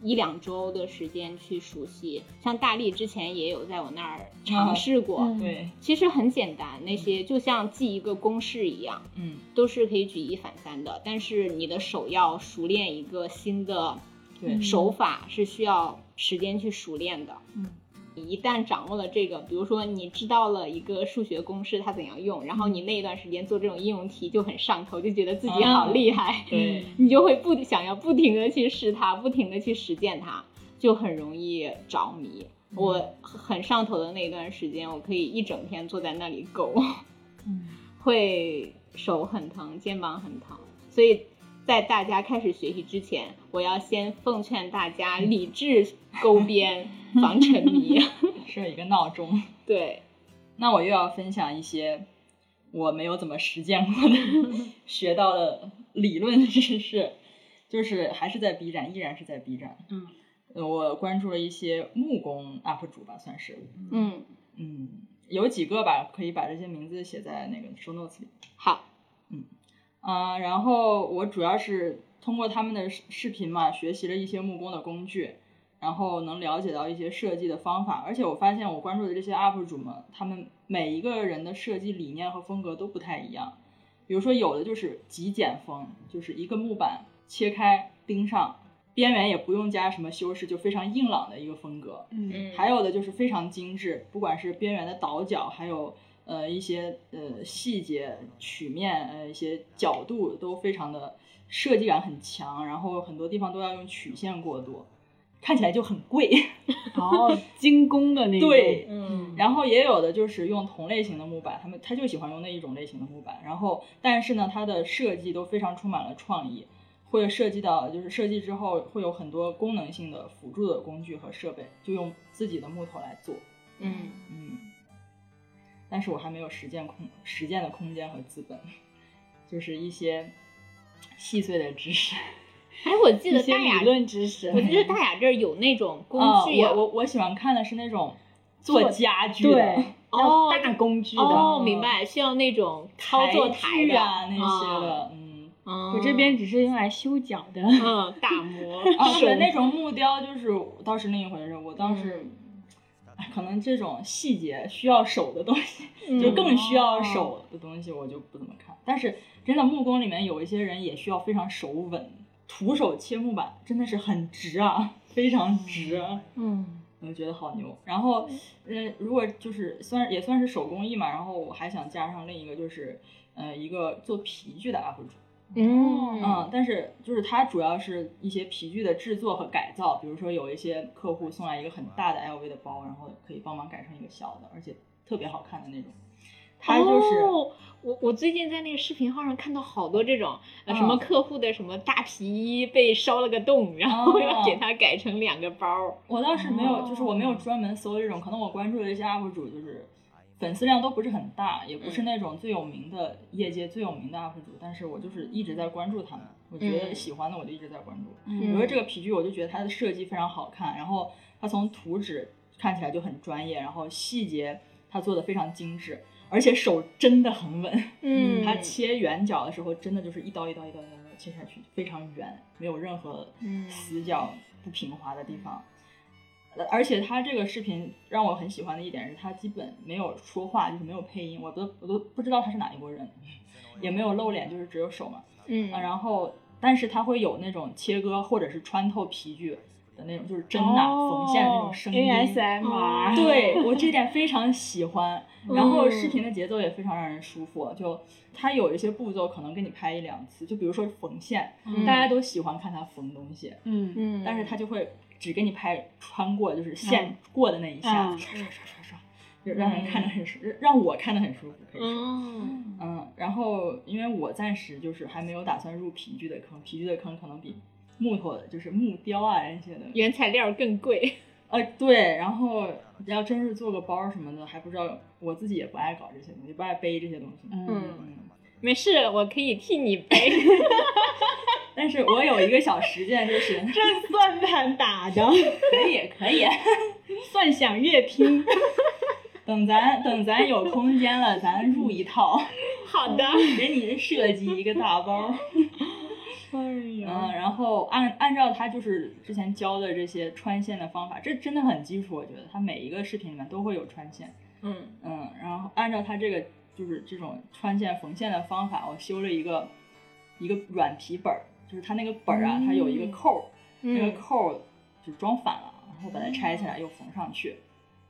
一两周的时间去熟悉。像大力之前也有在我那儿尝试过，嗯对其实很简单，那些就像记一个公式一样。嗯都是可以举一反三的，但是你的手要熟练一个新的对手法是需要时间去熟练的。嗯你一旦掌握了这个，比如说你知道了一个数学公式它怎样用，然后你那一段时间做这种应用题就很上头，就觉得自己好厉害，对你就会不想要不停的去试它，不停的去实践它，就很容易着迷。嗯我很上头的那一段时间，我可以一整天坐在那里勾。嗯会手很疼，肩膀很疼，所以在大家开始学习之前，我要先奉劝大家嗯理智勾 边，防沉迷。 设一个闹钟。对，那我又要分享一些我没有怎么实践过的学到的理论知识，就是还是在 B 站，依然是在 B 站。嗯呃，我关注了一些木工 UP 主吧，算是，嗯，嗯，有几个吧，可以把这些名字写在那个 show notes 里。好，啊、然后我主要是通过他们的视视频嘛，学习了一些木工的工具，然后能了解到一些设计的方法。而且我发现我关注的这些 UP 主们，他们每一个人的设计理念和风格都不太一样。比如说，有的就是极简风，就是一个木板切开钉上，边缘也不用加什么修饰，就非常硬朗的一个风格。嗯还有的就是非常精致，不管是边缘的倒角，还有呃一些呃细节、曲面，呃一些角度都非常的设计感很强，然后很多地方都要用曲线过渡，看起来就很贵。 哦，精工的那种，对，嗯然后也有的就是用同类型的木板，他们他就喜欢用那一种类型的木板。然后，但是呢，它的设计都非常充满了创意，会涉及到就是设计之后会有很多功能性的辅助的工具和设备，就用自己的木头来做。嗯，嗯，但是我还没有实践空实践的空间和资本， 就是一些细碎的知识，哎，我记一得些大理雅，论知识。我记得大雅这儿有那种工啊具啊我，我我喜欢看的是那种做做家具的。对，哦要大工具的。哦，明白，需要那种操作台具的啊那些，的，嗯，啊我这边只是用来修脚的。嗯打磨 啊，手对，那种木雕就是倒是另一回事，我倒是。嗯哎可能这种细节需要手的东西，嗯就嗯更需要手的东西，我就不怎么看。但是真的木工里面有一些人也需要非常手稳，徒手切木板真的是很直啊，非常直啊、嗯我觉得好牛。然后，嗯，如果就是算也算是手工艺嘛，然后我还想加上另一个就是，呃，一个做皮具的 UP 主，嗯嗯，但是就是它主要是一些皮具的制作和改造，比如说有一些客户送来一个很大的 LV 的包，然后可以帮忙改成一个小的，而且特别好看的那种。它就是、哦我我最近在那个视频号上看到好多这种，呃，什么嗯客户的什么大皮衣被烧了个洞，然后哦要给它改成两个包儿。我倒是没有，就是我没哦有专门搜这种，可能我关注的一些 UP 主就是粉丝量都不是很大，也嗯不是那种最有名的、业界最有名的 UP 主，但是我就是一直在关注他们，我觉得嗯喜欢的我就一直在关注。嗯比如说这个皮具，我就觉得它的设计非常好看，然后它从图纸看起来就很专业，然后细节它做的非常精致，而且手真的很稳，嗯它切圆角的时候真的就是一刀一刀一刀一刀一刀切下去，非常圆，没有任何嗯死角不平滑的地方。呃而且它这个视频让我很喜欢的一点是，它基本没有说话，就是没有配音，我都我都不知道他是哪一国人，也没有露脸，就是只有手嘛。嗯啊，然后但是它会有那种切割或者是穿透皮具的那哦种，就是针呐、缝线的那种声音。 ASMR，、 对我这点非常喜欢，然后视频的节奏也非常让人舒服。就它有一些步骤可能给你拍一两次，就比如说缝线，嗯大家都喜欢看它缝东西，嗯，嗯，但是它就会只给你拍穿过，就是线过的那一下，嗯刷刷刷刷刷，就让人看着很舒，让我看着很舒服，可以说。嗯嗯，然后因为我暂时就是还没有打算入皮具的坑，皮具的坑可能比木头的就是木雕啊那些的，原材料更贵。呃对，然后要真是做个包儿什么的，还不知道，我自己也不爱搞这些东西，不爱背这些东西。嗯没事，我可以替你 背，但是我有一个小实践，就是这算盘打的，可以可以， 算响乐听。等咱等咱有空间了，咱入一套， 好的，给你设计一个大包儿。哎嗯，然后按按照他就是之前教的这些穿线的方法，这真的很基础，我觉得他每一个视频里面都会有穿线。嗯嗯，然后按照他这个就是这种穿线缝线的方法，我修了一个一个软皮本儿，就是它那个本儿啊，它有一个扣儿，那个嗯扣儿就装反了，然后把它拆起来又缝上去，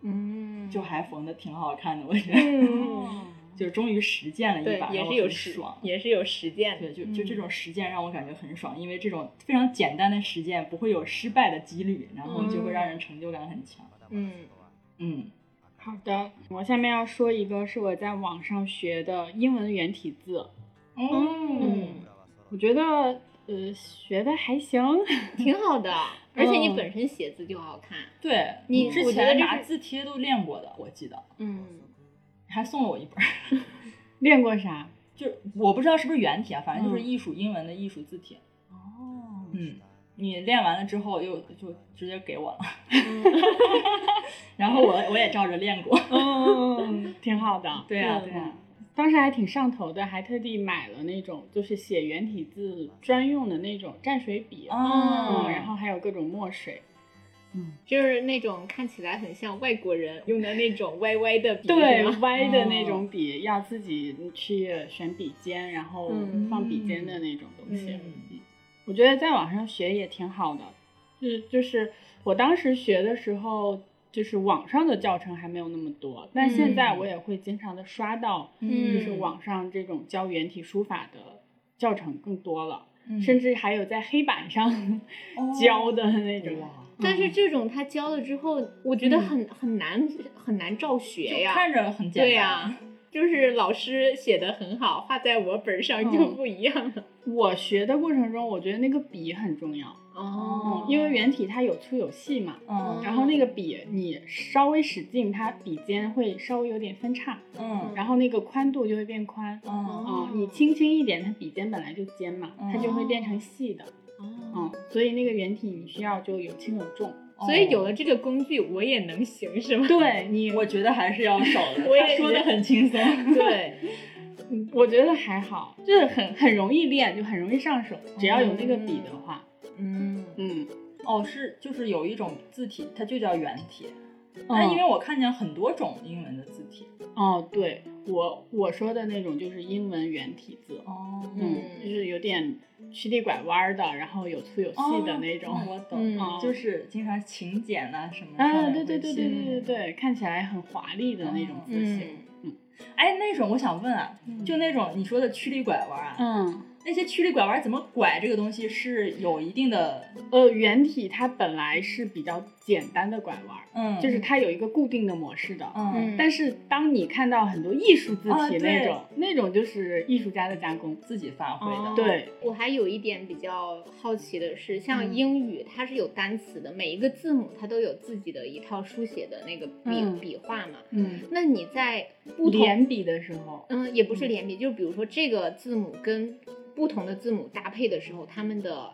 嗯就还缝的挺好看的，我觉得， 嗯，就终于实践了一对把，，也让我是有很实爽，。也是有实践的嗯对，。就就这种实践让我感觉很爽，因为这种非常简单的实践不会有失败的几率，然后就会让人成就感很强。嗯嗯，好的，我下面要说一个是我在网上学的英文原体字，嗯，我觉得呃学的还行， 挺好的，而且你嗯本身写字就好看。对你之我觉得前这拿是字帖都练过的，我记得嗯还送了我一本儿， 练过啥？就是我不知道是不是原体啊，反正就是嗯艺术英文的艺术字帖。哦，嗯，你练完了之后又就直接给我了， 然后我我也照着练过。嗯，挺好的。 对啊嗯对啊当时还挺上头的，还特地买了那种就是写圆体字专用的那种蘸水笔，哦嗯，然后还有各种墨水。就是那种看起来很像外国人用的那种歪歪的笔，对是嗯吗歪的那种笔，要自己去选笔尖，然后嗯放笔尖的那种东西。嗯我觉得在网上学也挺好的，就是就是我当时学的时候，就是网上的教程还没有那么多，但现在我也会经常的刷到，嗯就是网上这种教原体书法的教程更多了，嗯甚至还有在黑板上 哦教的那种。哇但是这种他教了之后，我觉得很、很难很难照学嗯就呀。看着很简单。对呀、就是老师写的很好，画在我本上就嗯不一样了。我学的过程中，我觉得那个笔很重要，嗯哦因为圆体它有粗有细嘛。嗯然后那个笔你稍微使劲，它笔尖会稍微有点分叉，嗯然后那个宽度就会变宽。嗯嗯，你轻轻一点，它笔尖本来就尖嘛，它就会变哦成细的。嗯，所以那个圆体你需要就有轻有重。哦嗯所以有了这个工具，我也能行，是吗？对你，我觉得还是要少的，我也他说觉的得很轻松。 对，嗯我觉得还好，就是很很容易练，就很容易上手，只要有那个笔的话。嗯嗯，哦，是就是有一种字体，它就叫圆体。但因为我看见很多种英文的字体。哦，对我我说的那种就是英文圆体字，哦嗯，就是有点曲里拐弯的，然后有粗有细的那种。哦我懂，嗯就是经常勤俭呐什么。啊，上面对对会对写对对对对，看起来很华丽的那哦种字形。嗯哎，那种我想问啊，嗯就那种你说的曲里拐弯啊，嗯，那些曲里拐弯怎么拐这个东西是有一定的，呃，原体它本来是比较简单的拐弯儿，嗯，就是它有一个固定的模式的。嗯但是当你看到很多艺术字啊体对那种，那种就是艺术家的加工。自己发挥的，哦对，我还有一点比较好奇的是，像嗯英语它是有单词的，每一个字母它都有自己的一套书写的那个笔、嗯笔画嘛。嗯，那你在不同连笔的时候，嗯，也不是连笔，就是比如说这个字母跟不同的字母搭配的时候，它们的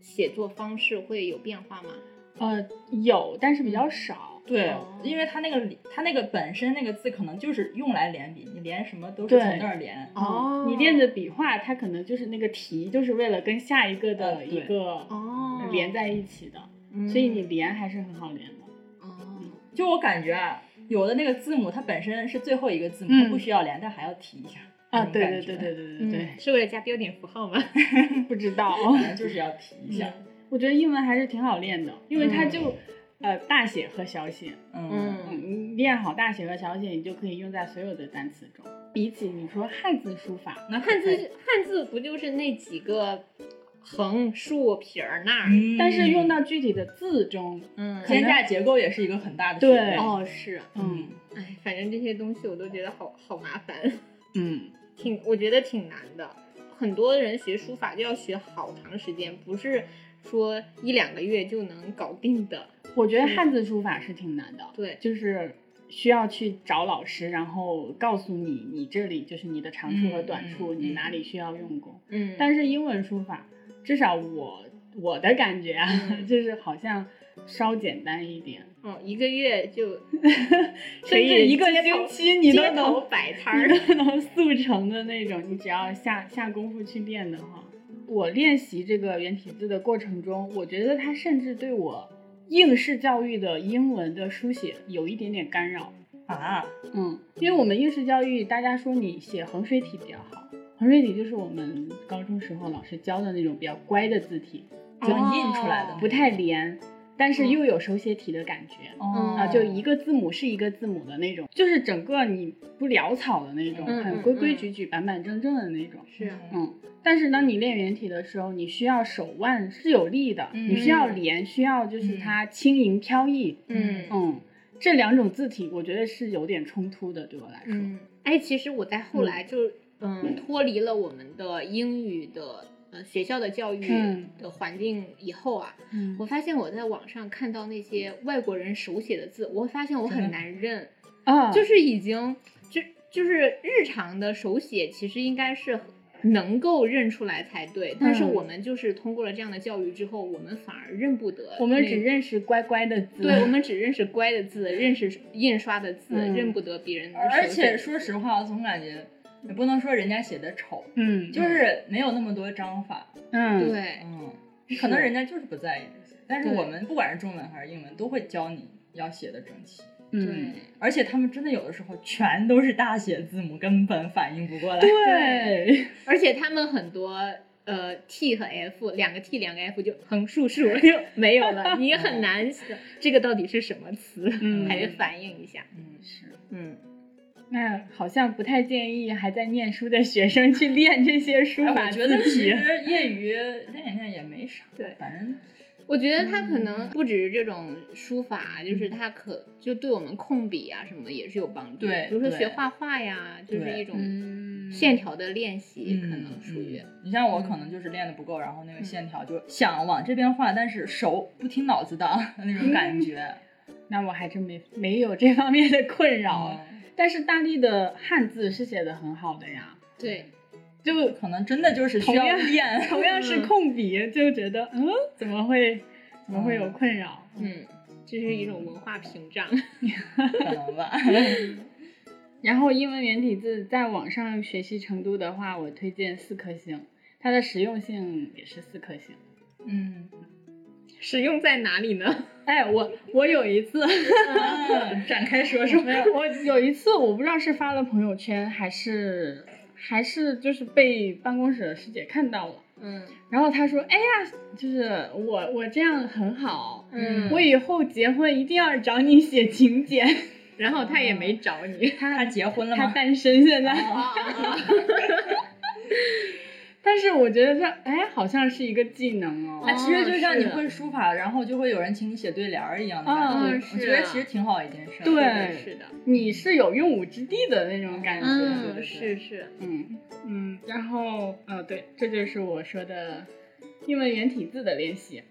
写作方式会有变化吗？呃，有，但是比较少。对哦，因为它那个它那个本身那个字可能就是用来连笔，你连什么都是对从那儿连。哦嗯你练的笔画，它可能就是那个题，就是为了跟下一个的呃一对个哦，嗯连在一起的，嗯，所以你嗯连还是很好连的。哦，就我感觉啊，有的那个字母它本身是最后一个字母，嗯它不需要连，但还要提一下。啊，那种对感对对觉对，对对对，嗯是为了加标点符号吗？嗯不知道。可能就是要提 一下。我觉得英文还是挺好练的，因为它就、呃大写和小写，嗯，嗯，你练好大写和小写，你就可以用在所有的单词中。比起你说汉字书法，那可汉字以，汉字不就是那几个横竖撇儿那儿？嗯但是用到具体的字中，嗯可肩架结构也是一个很大的对学问。哦是，嗯嗯哎，反正这些东西我都觉得好好麻烦，嗯，挺我觉得挺难的。很多人学书法就要学好长时间，不是说一两个月就能搞定的。我觉得汉字书法是挺难的，对，就是需要去找老师，然后告诉你你这里就是你的长处和短处，嗯嗯嗯你哪里需要用功。嗯，但是英文书法，至少我我的感觉啊，嗯 就是好像稍简单一点，哦，一个月 就甚至一个街头 星期你都街头能摆 摊儿。你都能速成的那种，你只要下下功夫去练的话。我练习这个原体字的过程中，我觉得它甚至对我应试教育的英文的书写有一点点干扰。啊，嗯，因为我们应试教育，大家说你写横水体比较好，横水体就是我们高中时候老师教的那种比较乖的字体，就印出来的不太连，但是又有手写体的感觉。哦啊，就一个字母是一个字母的那种，就是整个你不潦草的那种，嗯很嗯规规嗯矩矩、板板正正的那种。是啊，嗯，但是当你练原体的时候，你需要手腕是有力的，嗯你需要连，需要就是它轻盈飘逸。嗯嗯，这两种字体我觉得是有点冲突的，对我来说。嗯，哎，其实我在后来就嗯脱离了我们的英语的呃学校的教育嗯的环境以后啊，嗯我发现我在网上看到那些外国人手写的字，我发现我嗯很难认，啊，就是是已经就就是日常的手写其实应该是。能够认出来才对，但是嗯我们就是通过了这样的教育之后，我们反而认不得那。我们只认识乖乖的字。 对，我们只认识乖的字，认识印刷的字，嗯认不得别人的手写。而且说实话，我总感觉也不能说人家写的丑，嗯，就就是没有那么多章法。嗯，对，嗯，可能人家就是不在意这些，但是对我们不管是中文还是英文，都会教你要写的整齐。嗯，对，而且他们真的有的时候全都是大写字母，根本反应不过来。对，而且他们很多呃 T 和 F 两个 T 两个 F 就横竖竖就没有了，你也很难这个到底是什么词，嗯还得反应一下。嗯，是。嗯，那好像不太建议还在念书的学生去练这些书哎，法我字觉得其体。实业余练一练也没啥，对反正我觉得他可能不只是这种书法，就是他可就对我们控笔啊什么的也是有帮助。对比如说对学画画呀，就是对一种嗯线条的练习，可嗯能属于嗯。你像我可能就是练的不够，然后那个线条就想往这边画，但是手不听脑子的那种感觉。那我还真没没有这方面的困扰。嗯但是大力的汉字是写的很好的呀，对，就可能真的就是需要同样 练。同样是控笔，就觉得嗯，怎么会怎么会有困扰？嗯，这是一种文化屏障。 可能吧。嗯然后英文原体字在网上学习程度的话，我推荐四颗星，它的实用性也是四颗星。 嗯，使用在哪里呢？哎，我我有一次， 啊展开说说。没有，我有一次我不知道是发了朋友圈还是还是就是被办公室的师姐看到了，嗯然后她说：“哎呀，就是我我这样很好，嗯我以后结婚一定要找你写请柬。 然后他也没找你。他结婚”了 她啊吗？单身现在，啊啊啊！她但是我觉得这哎，好像是一个技能哦。它其实就像你是会书法，然后就会有人请你写对联儿一样的感嗯觉。我是觉得其实挺好一件事。对 是的，你是有用武之地的那种感觉，嗯嗯，是是，嗯嗯，然后呃，对，这就是我说的英文颜体字的练习。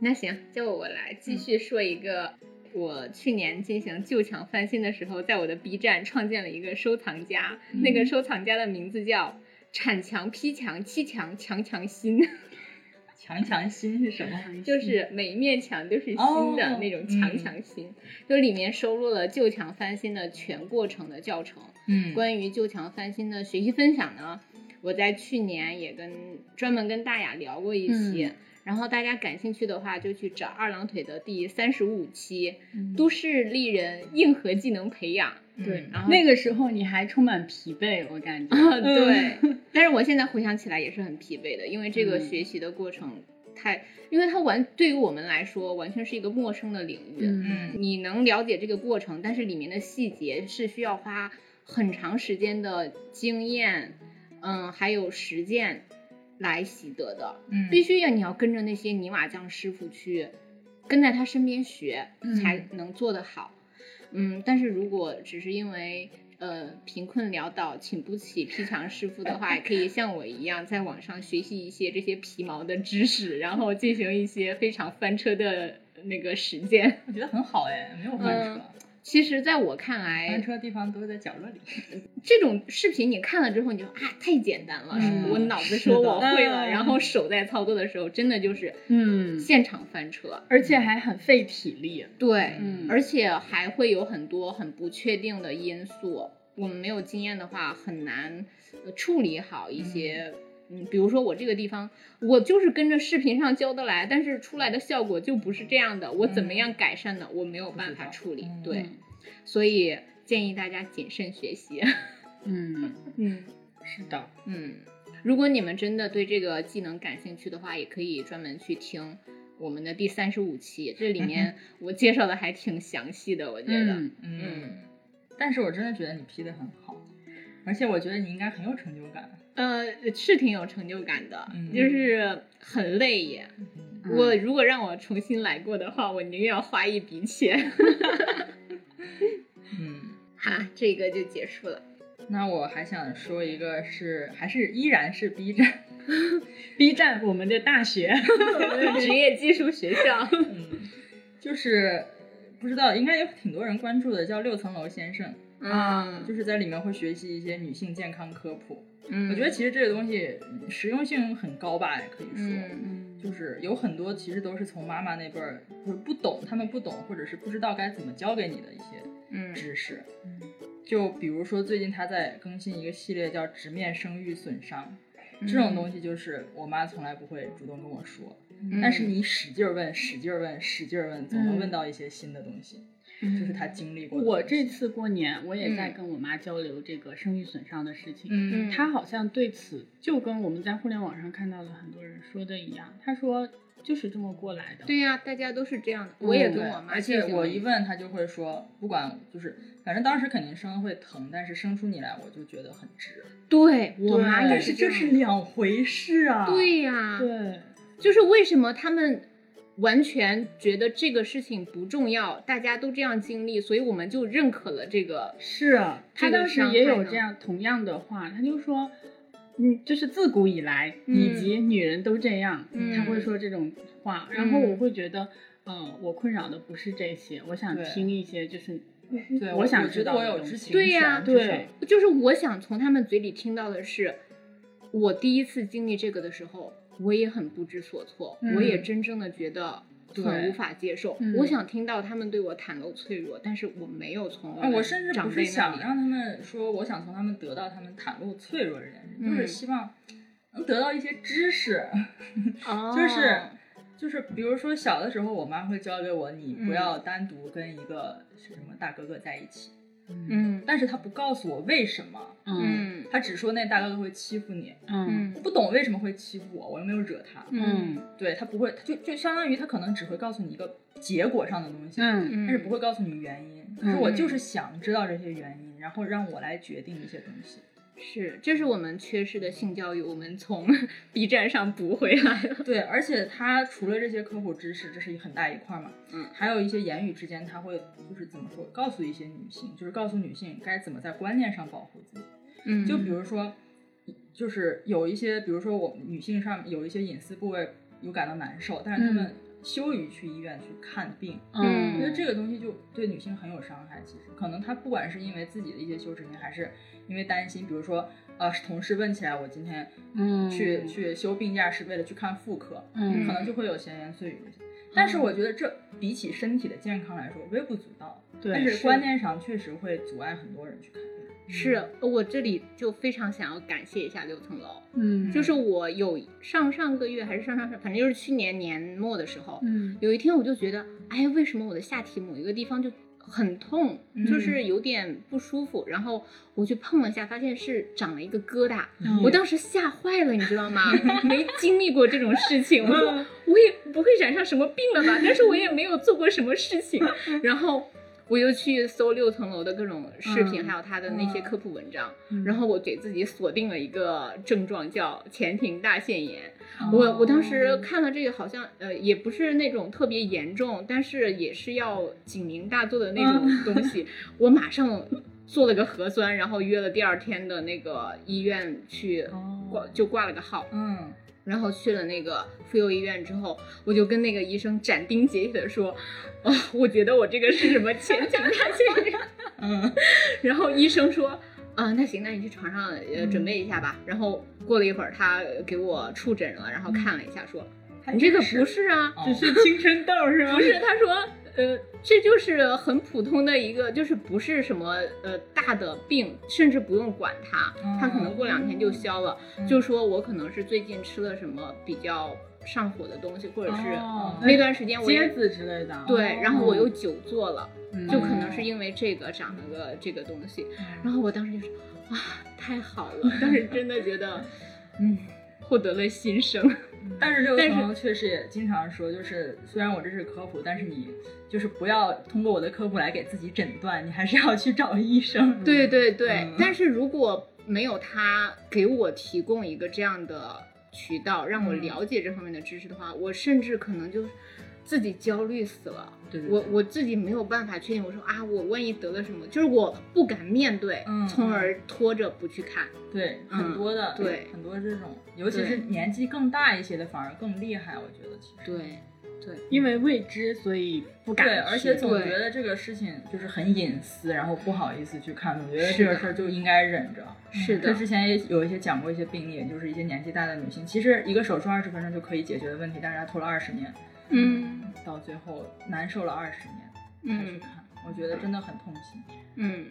那行，就我来继续说一个，我去年进行旧墙翻新的时候，在我的 B 站创建了一个收藏夹，嗯那个收藏夹的名字叫“铲墙、劈墙、砌墙、墙墙新强强心是什么？嗯”，就是每一面墙都是新的哦那种墙墙新，就里面收录了旧墙翻新的全过程的教程。嗯关于旧墙翻新的学习分享呢，我在去年也跟专门跟大雅聊过一期，嗯然后大家感兴趣的话就去找二郎腿的第三十五期嗯《都市丽人硬核技能培养》对嗯，然后那个时候你还充满疲惫，我感觉。嗯啊，对，但是我现在回想起来也是很疲惫的，因为这个嗯学习的过程太，因为它完对于我们来说完全是一个陌生的领域，嗯嗯你能了解这个过程，但是里面的细节是需要花很长时间的经验，嗯，还有实践来习得的。嗯必须要你要跟着那些泥瓦匠师傅去，跟在他身边学，嗯才能做得好。嗯，但是如果只是因为呃贫困潦倒，请不起劈墙师傅的话，也可以像我一样，在网上学习一些这些皮毛的知识，然后进行一些非常翻车的那个实践。我觉得很好哎，没有翻车，其实，在我看翻来，车的地方都在角落里。这种视频你看了之后，你就啊太简单了，嗯我脑子是说的我会了，嗯然后手在操作的时候，真的就是嗯，现场翻车。而且还很费体力。对，嗯而且还会有很多很不确定的因素。我们没有经验的话，很难、呃处理好一些。嗯，比如说我这个地方，我就是跟着视频上教的来，但是出来的效果就不是这样的。我怎么样改善呢？我没有办法处理。嗯对，所以建议大家谨慎学习。嗯，嗯是的。嗯，如果你们真的对这个技能感兴趣的话，也可以专门去听我们的第三十五期，这里 面我介绍的还挺详细的，我觉得。嗯，嗯，但是我真的觉得你批的很好，而且我觉得你应该很有成就感。呃，是挺有成就感的，嗯就是很累也。嗯我如果让我重新来过的话，我宁愿花一笔钱。 嗯，哈，这个就结束 了。那我还想说一个是，还是依然是 B 站，B 站我们的大学。职业技术学 校，嗯，就是不知道，应该有挺多人关注的，叫六层楼先生，嗯，就是在里面会学习一些女性健康科普。嗯我觉得其实这个东西嗯实用性很高吧，可以说。嗯嗯就是有很多其实都是从妈妈那辈儿，就是不懂，他们不懂或者是不知道该怎么教给你的一些嗯知识。就比如说最近他在更新一个系列叫“直面生育损伤”，这种东西就是我妈从来不会主动跟我说，嗯但是你使劲儿问、使劲儿问、使劲儿问，总能问到一些新的东西，就是他经历过的东西。我这次过年，我也在嗯跟我妈交流这个生育损伤的事情。嗯嗯她好像对此就跟我们在互联网上看到的很多人说的一样，她说就是这么过来的。对呀、大家都是这样的。我也嗯跟对我妈而进且行了，我一问他就会说，不管就是反正当时肯定生会疼，但是生出你来我就觉得很值。对我妈对啊也但是这这是样的两回事啊。对呀、对，就是为什么他们完全觉得这个事情不重要，大家都这样经历，所以我们就认可了这个。是啊，他这个当时伤也害有呢这样同样的话，他就说，嗯，就是自古以来，以嗯及女人都这样，嗯他会说这种话，然后嗯我会觉得，呃，我困扰的不是这些，我想对听一些就是，对，我想觉知得道我的有东知西情对呀权，至少对，就是我想从他们嘴里听到的是，我第一次经历这个的时候，我也很不知所措，嗯我也真正的觉得。很对无法接受、嗯我想听到他们对我袒露脆弱，但是我没有从啊我甚至呃长不辈是那想里让他们说，我想从他们得到他们袒露脆弱这件事，就嗯是希望能得到一些知识， 哦就是就是比如说小的时候，我妈会教给我，你不要单独跟一个什么大哥哥在一起，嗯但是她不告诉我为什么，嗯嗯她只说那大哥哥会欺负你，嗯嗯我不懂为什么会欺负我，我又没有惹他，嗯对他不会，他就就相当于他可能只会告诉你一个结果上的东西，嗯嗯，但是不会告诉你原因。可是我嗯就是想知道这些原因，然后让我来决定一些东西。是，这是我们缺失的性教育，我们从 B 站上补回来了。对，而且它除了这些科普知识，这是一很大一块儿嘛，嗯，还有一些言语之间，它会就是怎么说，告诉一些女性，就是告诉女性该怎么在观念上保护自己。嗯，就比如说，就是有一些，比如说我女性上有一些隐私部位有感到难受，但是她们羞于去医院去看病，嗯因为这个东西就对女性很有伤害。其实可能她不管是因为自己的一些羞耻心，还是因为担心，比如说呃同事问起来我今天嗯去去休病假是为了去看妇科，嗯可能就会有闲言碎语。但是嗯我觉得这比起身体的健康来说微不足道，对但是是观念上确实会阻碍很多人去看病。是我这里就非常想要感谢一下六层楼，嗯就是我有上上个月还是上上上，反正就是去年年末的时候，嗯有一天我就觉得，哎，为什么我的下体某一个地方就很痛，就是有点不舒服，然后我去碰了一下，发现是长了一个疙瘩。嗯我当时吓坏了，你知道吗？ 没经历过这种事情，我嗯说我也不会染上什么病了吧？但是我也没有做过什么事情，嗯然后我就去搜六层楼的各种视频，嗯还有他的那些科普文章，嗯然后我给自己锁定了一个症状叫前庭大腺炎。嗯我我当时看了这个，好像呃也不是那种特别严重，但是也是要警铃大作的那种东西。我马上做了个核酸，然后约了第二天的那个医院去哦挂，就挂了个号。嗯，然后去了那个妇幼医院之后，我就跟那个医生斩钉截铁的说，啊，我觉得我这个是什么前庭大腺炎。嗯，然后医生说，啊，那行，那你去床上呃准备一下吧。然后过了一会儿，他给我触诊了，然后看了一下，说。还你这个真 不是啊，哦只是青春痘是吗？不是，他说，呃，这就是很普通的一个，就是不是什么呃大的病，甚至不用管它，它可能过两天就消了。嗯就说我可能是最近吃了什么比较上火的东西，或者是哦那段时间我也疖子之类的，啊对，然后我又久坐了，嗯就可能是因为这个长了个这个东西。嗯然后我当时就是，哇，太好 了！当时真的觉得，嗯，获得了新生。但是这但个是朋友确实也经常说，就是虽然我这是科普，但是你就是不要通过我的科普来给自己诊断，你还是要去找医生。对对对，嗯但是如果没有他给我提供一个这样的渠道，让嗯我了解这方面的知识的话，我甚至可能就自己焦虑死了。对对我我自己没有办法确定，我说啊，我万一得了什么，就是我不敢面对，嗯从而拖着不去看。对，嗯很多的，对很多这种，尤其对是年纪更大一些的，反而更厉害。我觉得其实对，因为未知，所以不敢去。对，而且总对觉得这个事情就是很隐私，然后不好意思去看，总觉得是这个的事儿就应该忍着。是这的，之前也有一些讲过一些病例，就是一些年纪大的女性，其实一个手术二十分钟就可以解决的问题，但是她拖了二十年，嗯到最后难受了二十年。才去嗯看，我觉得真的很痛心。嗯，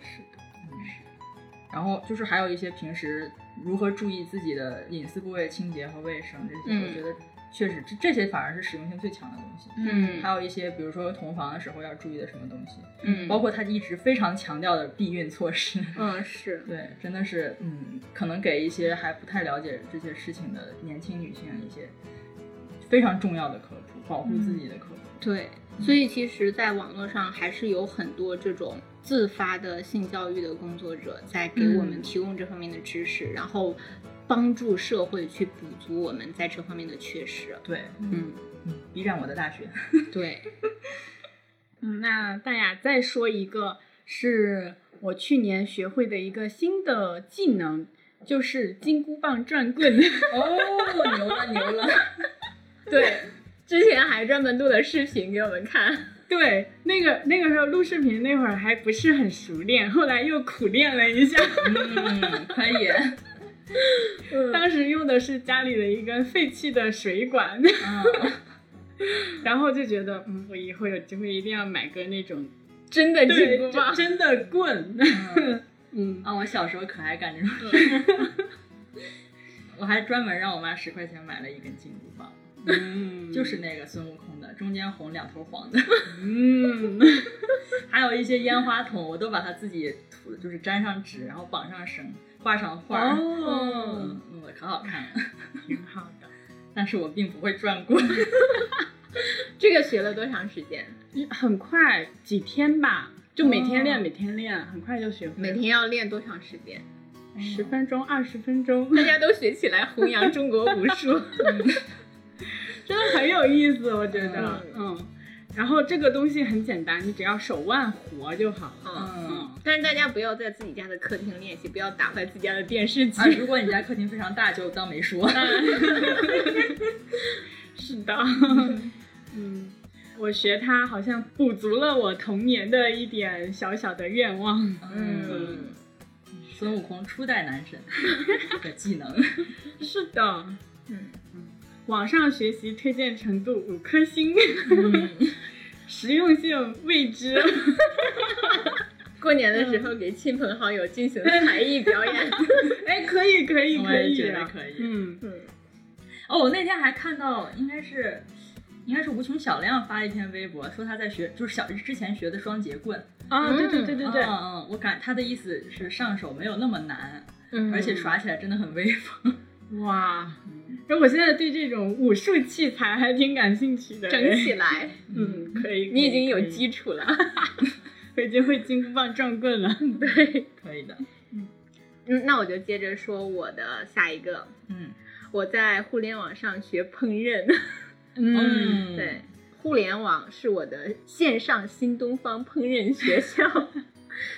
然后就是还有一些平时如何注意自己的隐私部位清洁和卫生这些，嗯我觉得确实这这些反而是实用性最强的东西。嗯还有一些比如说同房的时候要注意的什么东西，嗯，包括他一直非常强调的避孕措施。 嗯是，对，真的是，嗯，可能给一些还不太了解这些事情的年轻女性一些非常重要的科普，保护嗯自己的科普。对，嗯所以其实，在网络上还是有很多这种自发的性教育的工作者在给我们嗯提供这方面的知识，然后帮助社会去补足我们在这方面的缺失。对，嗯，嗯，B 站我的大学，对，嗯，那大雅再说一个，是我去年学会的一个新的技能，就是金箍棒转 棍。哦，牛了牛了，对，之前还专门录了视频给我们看。对，那个那个时候录视频那会儿还不是很熟练，后来又苦练了一下。嗯，可以，嗯，当时用的是家里的一根废弃的水管， 嗯。然后就觉得，嗯，我以后有机会一定要买个那种 真的对金箍棒，真的棍。嗯，啊，我小时候可爱干这种事儿，我还专门让我妈十块钱买了一根金箍棒，嗯就是那个孙悟空的，中间红两头黄的，嗯，还有一些烟花筒，我都把它自己涂，就是粘上纸，然后绑上绳，画上画儿，哦嗯，弄得可好看了。 挺好的。但是我并不会转过，这个学了多长时间？很快几天吧，就每天练，哦每天练，很快就学会了。每天要练多长时间？哎十分钟、二十分钟， 大家都学起来弘扬中国武术。真的很有意思，我觉得，嗯嗯。然后这个东西很简单，你只要手腕活就好了。嗯 嗯， 但是大家不要在自己家的客厅练习，不要打坏自己家的电视机啊，。如果你家客厅非常大，就当没说。是的，嗯，我学它好像补足了我童年的一点小小的愿望。嗯，孙悟空初代男 神的技能，是的，嗯，网上学习推荐程度五颗星， 嗯实用性未 知。过年的时候嗯给亲朋好友进行才艺表演。 哎，可以，可以， 我可也以觉啊，得可以 嗯，嗯，哦，我那天还看到，应该是应该是无穷小亮发了一篇微博，说他在学，就是小之前学的双截棍。啊，对对对对对嗯，嗯，我感他的意思是上手没有那么难，嗯而且耍起来真的很威风。哇！哎，我现在对这种武术器材还挺感兴趣的。整起 来，嗯，可以。你已经有基，基础了。我已经会金箍棒撞棍了。 对，可以的，嗯，那我就接着说我的下一个，嗯我在互联网上学烹饪。嗯，对，互联网是我的线上新东方烹饪学校，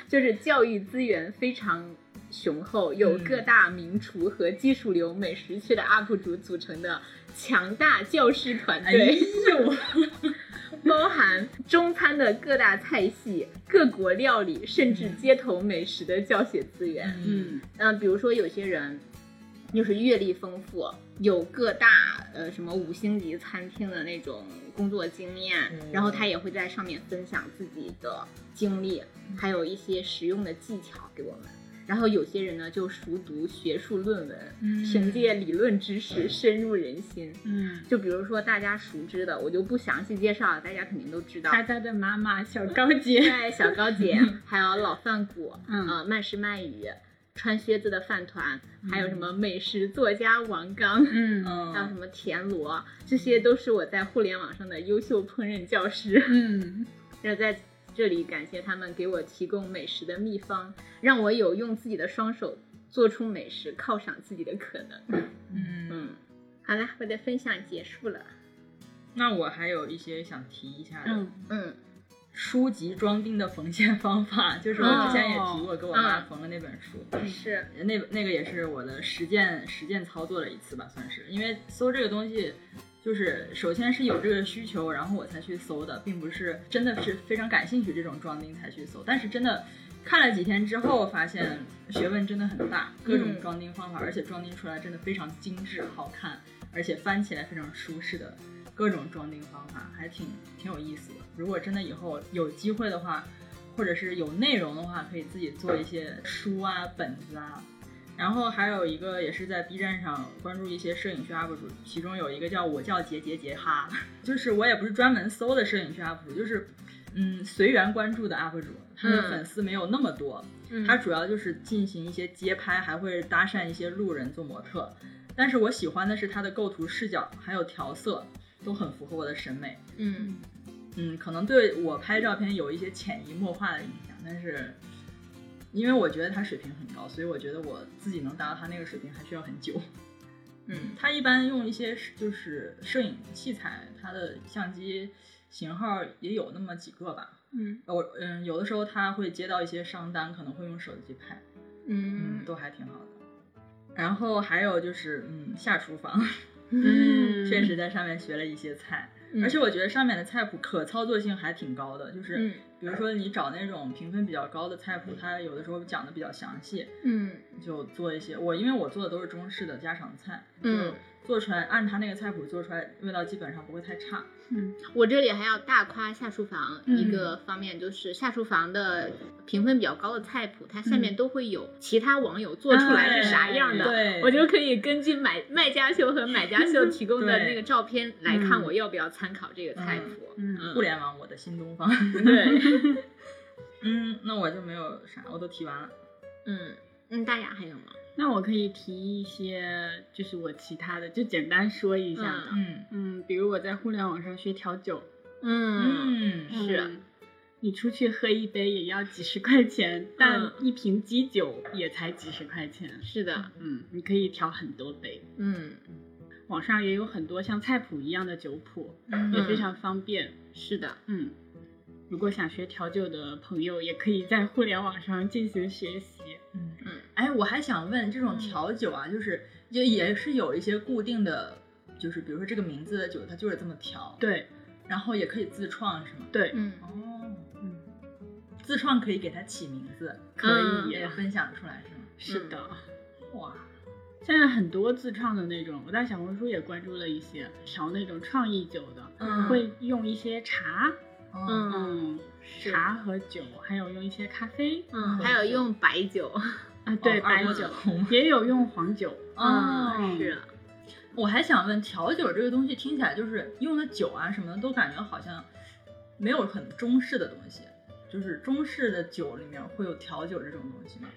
就是教育资源非常雄厚，有嗯各大名厨和技术流美食区的 UP 主组成的强大教师团哎队。 呦，包含中餐的各大菜系、各国料理，甚至街头美食的教学资源。嗯嗯嗯，比如说有些人就是阅历丰富，有各大呃什么五星级餐厅的那种工作经验嗯，然后他也会在上面分享自己的经历，还有一些实用的技巧给我们。然后有些人呢就熟读学术论嗯文，凭借理论知识深入人心。嗯，就比如说大家熟知的，我就不详细介绍了，大家肯定都知道。 大家的妈妈小高姐，对，小高 姐，还有老饭骨，嗯呃，慢食慢语，穿靴子的饭团，还有什么美食作家王刚，嗯还有什嗯，么田螺，这些都是我在互联网上的优秀烹饪教师。 嗯要在这里感谢他们给我提供美食的秘方，让我有用自己的双手做出美食，犒赏自己的可能。嗯，嗯，好啦，我的分享结束了。那我还有一些想提一下的。嗯嗯书籍装订的缝线方法，就是我之前也提过，给我妈缝的那本书，嗯是，那那个也是我的实践实践操作了一次吧，算是。因为搜这个东西，就是首先是有这个需求，然后我才去搜的，并不是真的是非常感兴趣这种装订才去搜。但是真的看了几天之后，发现学问真的很大，各种装订方法，而且装订出来真的非常精致好看，而且翻起来非常舒适的各种装订方法，还挺挺有意思的。如果真的以后有机会的话，或者是有内容的话，可以自己做一些书啊、本子啊。然后还有一个也是在 B 站上关注一些摄影区 UP 主，其中有一个叫我叫杰杰杰哈， 就是我也不是专门搜的摄影区 UP 主，就是嗯随缘关注的 UP 主，他的嗯粉丝没有那么多，嗯他主要就是进行一些街拍，还会搭讪一些路人做模特。但是我喜欢的是他的构图视角，还有调色，都很符合我的审美。嗯嗯，可能对我拍照片有一些潜移默化的影响，但是因为我觉得他水平很高，所以我觉得我自己能达到他那个水平还需要很 久。嗯他一般用一些是就是摄影器材，他的相机型号也有那么几个吧。嗯我嗯，有的时候他会接到一些商单，可能会用手机拍。嗯，嗯都还挺好的。然后还有就是，嗯，下厨房，嗯确实在上面学了一些菜，嗯而且我觉得上面的菜谱可操作性还挺高的，就是嗯比如说你找那种评分比较高的菜谱，它有的时候讲的比较详细，嗯就做一些我因为我做的都是中式的家常菜，嗯，做出来按它那个菜谱做出来，味道基本上不会太差。嗯我这里还要大夸下厨房嗯一个方面，就是下厨房的评分比较高的菜谱，它下嗯面都会有其他网友做出来是啥样的，哎对，我就可以根据买卖家秀和买家秀提供的对那个照片来看嗯我要不要参考这个菜谱。嗯互联网我的新东方。 对，嗯，那我就没有啥，我都提完了。 嗯嗯，大雅还有吗？那我可以提一些，就是我其他的，就简单说一下的。嗯嗯，比如我在互联网上学调酒，嗯嗯是嗯，你出去喝一杯也要几十块钱，但嗯一瓶基酒也才几十块钱。是的，嗯，你可以调很多杯。嗯，网上也有很多像菜谱一样的酒谱，嗯也非常方便。是的，嗯，如果想学调酒的朋友，也可以在互联网上进行学习。哎，我还想问，这种嗯调酒啊，就是也也是有一些固定的，就是比如说这个名字的酒，它就是这么调，，对然后也可以自创，是吗？对，嗯哦，嗯，自创可以给它起名字，可以也呀，分享出来，是吗？嗯是的。哇，现在很多自创的那种，我在小红书也关注了一些调那种创意酒的，嗯会用一些茶，嗯，嗯，茶和酒，还有用一些咖啡嗯，还有用白酒，啊，对，哦白二锅酒头也有用黄酒，哦嗯是啊我还想问，调酒这个东西听起来就是用的酒啊什么的，都感觉好像没有很中式的东西。就是中式的酒里面会有调酒这种东西吗？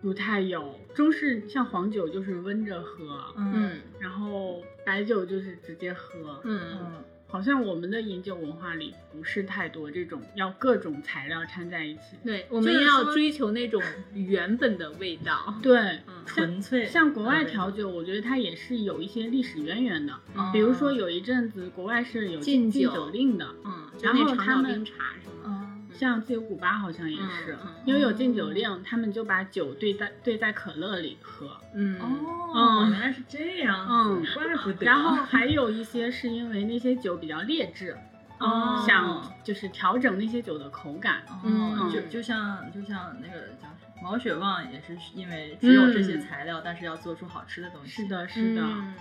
不太有。中式像黄酒就是温着喝，嗯然后白酒就是直接喝，嗯嗯好像我们的饮酒文化里不是太多这种要各种材料掺在一起。对，我们就是要说追求那种原本的味道。对，嗯纯粹像国外调酒，我觉得它也是有一些历史渊源的。嗯比如说有一阵子国外是有哦禁禁酒酒令的，嗯，然后就那他长岛们冰茶是吗？嗯像自由古巴好像也是嗯嗯，因为有禁酒令，他们就把酒兑在兑在可乐里喝。嗯，哦，嗯原来是这样，嗯怪不得。然后还有一些是因为那些酒比较劣质，哦想就是调整那些酒的口感。哦，嗯就就像就像那个叫什么毛血旺，也是因为只有这些嗯材料，但是要做出好吃的东西。是，的，是的，嗯，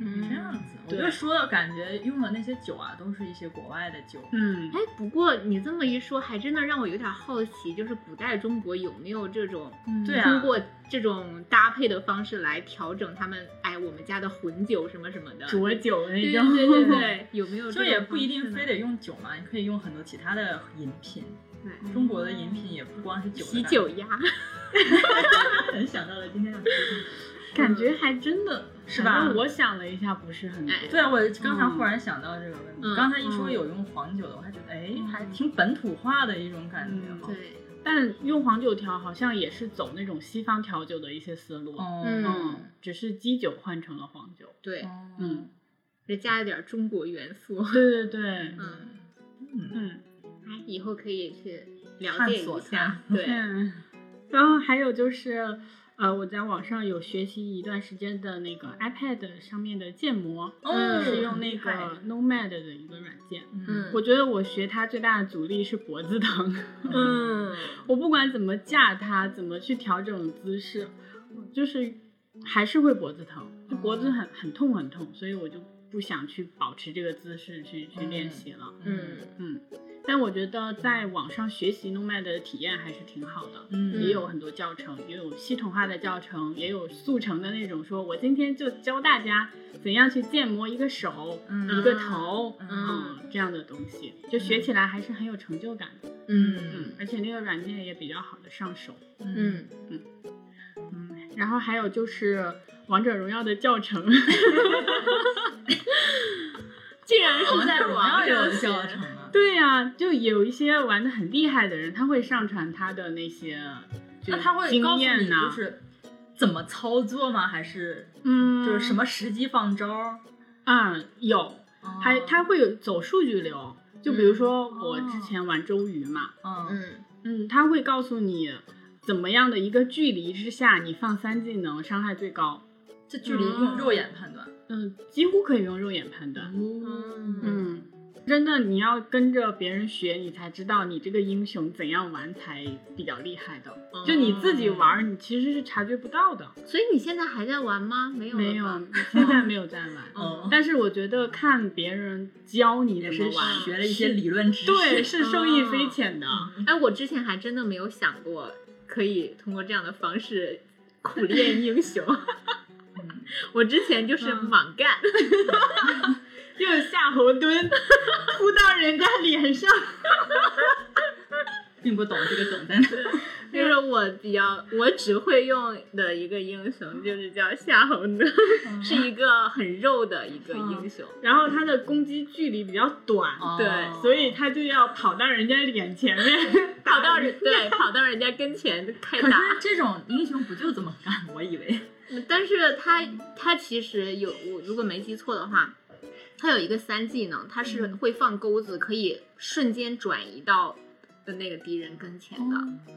嗯这样子。我对就说了，感觉用的那些酒啊，都是一些国外的酒。嗯哎，不过你这么一说，还真的让我有点好奇，就是古代中国有没有这种嗯对啊通过这种搭配的方式来调整他们？哎，我们家的混酒什么什么的，浊酒那哎对种。对对 对，有没有这种方就式呢？也不一定非得用酒嘛，你可以用很多其他的饮品。对中国的饮品也不光是嗯酒的喜感觉。酒鸭， 很想到了今天的主题。感嗯觉还真的 是反吧正？我想了一下，不是很多。哎对啊，我刚才忽然想到这个问题。嗯刚才一说有用黄酒的，我还觉得哎，还挺本土化的一种感觉嗯哈。对，但用黄酒调好像也是走那种西方调酒的一些思路，哦，嗯只是基酒换成了黄酒。对，嗯嗯再加了点中国元素，对对对，嗯，嗯，嗯哎，以后可以去了探解索一一下下， 对，嗯。然后还有就是，呃，我在网上有学习一段时间的那个 iPad 上面的建模，哦是用那厉害个 Nomad 的一个软件。嗯我觉得我学它最大的阻力是脖子疼。嗯，我不管怎么架它，怎么去调整姿势，我就是还是会脖子疼，就脖子很很痛很痛，所以我就不想去保持这个姿势去去练习了。嗯嗯，但我觉得在网上学习 Nomad 的体验还是挺好的。嗯也有很多教程，也有系统化的教程，也有速成的那种。说我今天就教大家怎样去建模一个手、嗯一个头，嗯这样的东西，就学起来还是很有成就感的。嗯而且那个软件也比较好的上手。嗯嗯，嗯，然后还有就是《王者荣耀》的教程， 竟然嗯是我 们在在荣耀网有上教学程啊。对呀、就有一些玩的很厉害的人，他会上传他的那些就那他会告经诉验你呐、就是怎么操作吗？还是嗯，就是什么哦时机放招儿？啊、有，还他会有走数据流，就比如说我哦之前玩周瑜嘛，嗯嗯嗯，他会告诉你怎么样的一个距离之下，你放三技能伤害最高，这距离用肉眼判断。嗯，几乎可以用肉眼判断，嗯嗯，真的，你要跟着别人学，你才知道你这个英雄怎样玩才比较厉害的。就你自己哦玩儿，你其实是察觉不到的。所以你现在还在玩吗？没有没没有，现在没有在玩。 嗯但是我觉得看别人教你也怎是么玩，学了一嗯些理论知识。对，是受益匪浅的。 哎，我之前还真的没有想过可以通过这样的方式苦练英雄。 我之前就是莽干，又夏侯 惇扑到人家脸上，并不懂这个懂在哪。就是我比较我只会用的一个英雄，就是叫夏侯惇，是一个很肉的一个英雄。然后他的攻击距离比较短，哦对所以他就要跑到人家脸前面 跑到人对跑到人家跟前开可是打，这种英雄不就这么干？我以为但是他他其实有我如果没记错的话，他有一个三技能，他是会放钩子，可以瞬间转移到的那个敌人跟前的。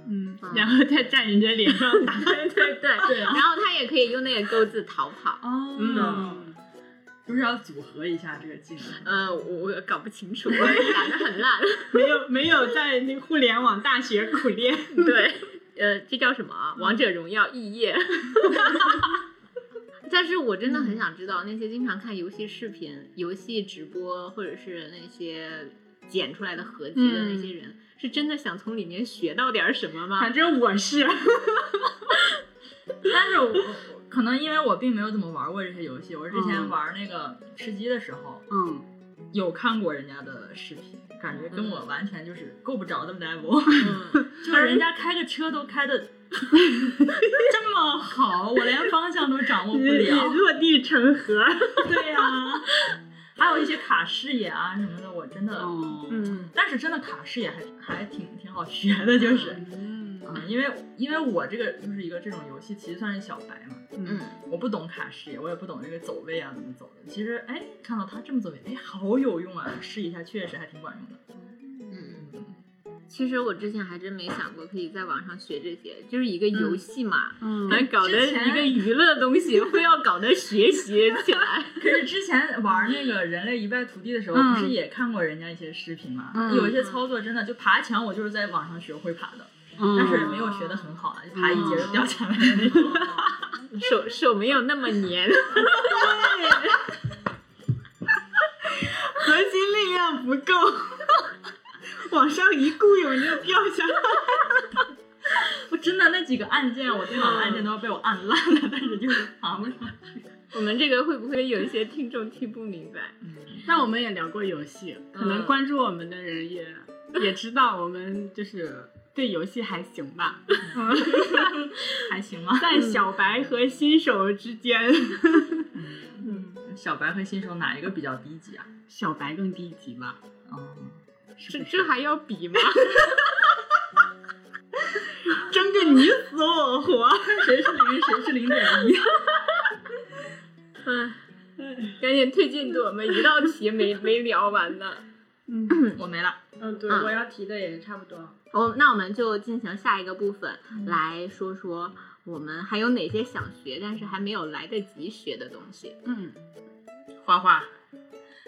嗯，然后再站人家脸上打。 对对对，对然后他也可以用那个钩子逃跑。哦嗯，就是要组合一下这个技 能。呃，我我搞不清楚，我打的很烂。没有没有在那个互联网大学苦练， 对， 呃，这叫什么啊？王者荣耀异业。 但是我真的很想知道，那些经常看游戏视频、游戏直播，或者是那些剪出来的合集的那些人，是真的想从里面学到点儿什么吗？反正我是，但是我我可能因为我并没有怎么玩过这些游戏，我之前玩那个吃鸡的时候，嗯， 有看过人家的视频，感觉跟我完全就是够不着的 level，、就 是人家开个车都开的 这么好，我连方向都掌握不你嗯了。 落地成盒。对呀、 还有一些卡视野啊什么的，我真的，哦，嗯，但是真的卡视野还还挺挺好学的，就是，嗯，因为因为我这个就是一个这种游戏，其实算是小白嘛，嗯，我不懂卡视野，我也不懂这个走位啊怎么走的。其实哎，看到他这么走位，哎，好有用啊，试一下确实还挺管用的。嗯嗯其实我之前还真没想过可以在网上学这些，就是一个游戏嘛，嗯还搞得之前一个娱乐东西，非要搞得学习起来。可是之前玩那个《人类一败涂地》的时候，嗯不是也看过人家一些视频嘛？嗯有一些操作真的就爬墙，我就是在网上学会爬的，嗯但是没有学的很好啊，就爬一节就掉下来的那种。手手没有那么黏。核心力量不够， 往上一雇佣就掉下来。 我真的那几个按键，我电脑的按键都要被我按烂了，但是就是爬不上。 我们这个会不会有一些听众听不明白？ 那我们也聊过游戏，可能关注我们的人也、嗯也知道我们就是对游戏还行吧，嗯 还行吗？嗯在小白和新手之 间，小白和新手哪一个比较低级啊？小白更低级吧。哦，这这还要比吗？争个你死我活。 谁是零，谁是零点一？赶紧推荐给我们一道题 没没聊完呢。 我没了。嗯，对，嗯我要提的也差不多。哦，那我们就进行下一个部分，来说说我们还有哪些想学但是还没有来得及学的东西。嗯，画 画，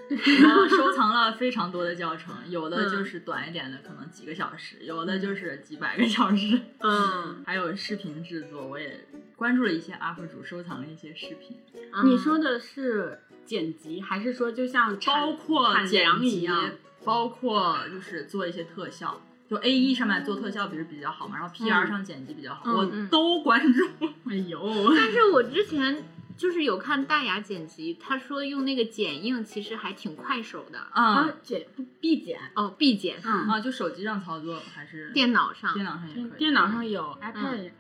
我收藏了非常多的教程，有的就是短一点的，可能几个小时，有的就是几百个小时。嗯，还有视频制作，我也关注了一些 UP 主，收藏了一些视频，嗯你说的是剪辑，还是说就像产嗯包括产剪粮一辑啊样？，包括就是做一些特效。就 A 1上面做特效，比如比较好嘛，然后 P 2上剪辑比较好，我都关注。 哎呦，但是我之前就是有看大雅剪辑，他说用那个剪映其实还挺快手的。啊嗯剪必剪，哦，必剪，嗯，啊，就手机上操作还是电脑上。嗯电脑上也可以。电脑上嗯有，iPad 上也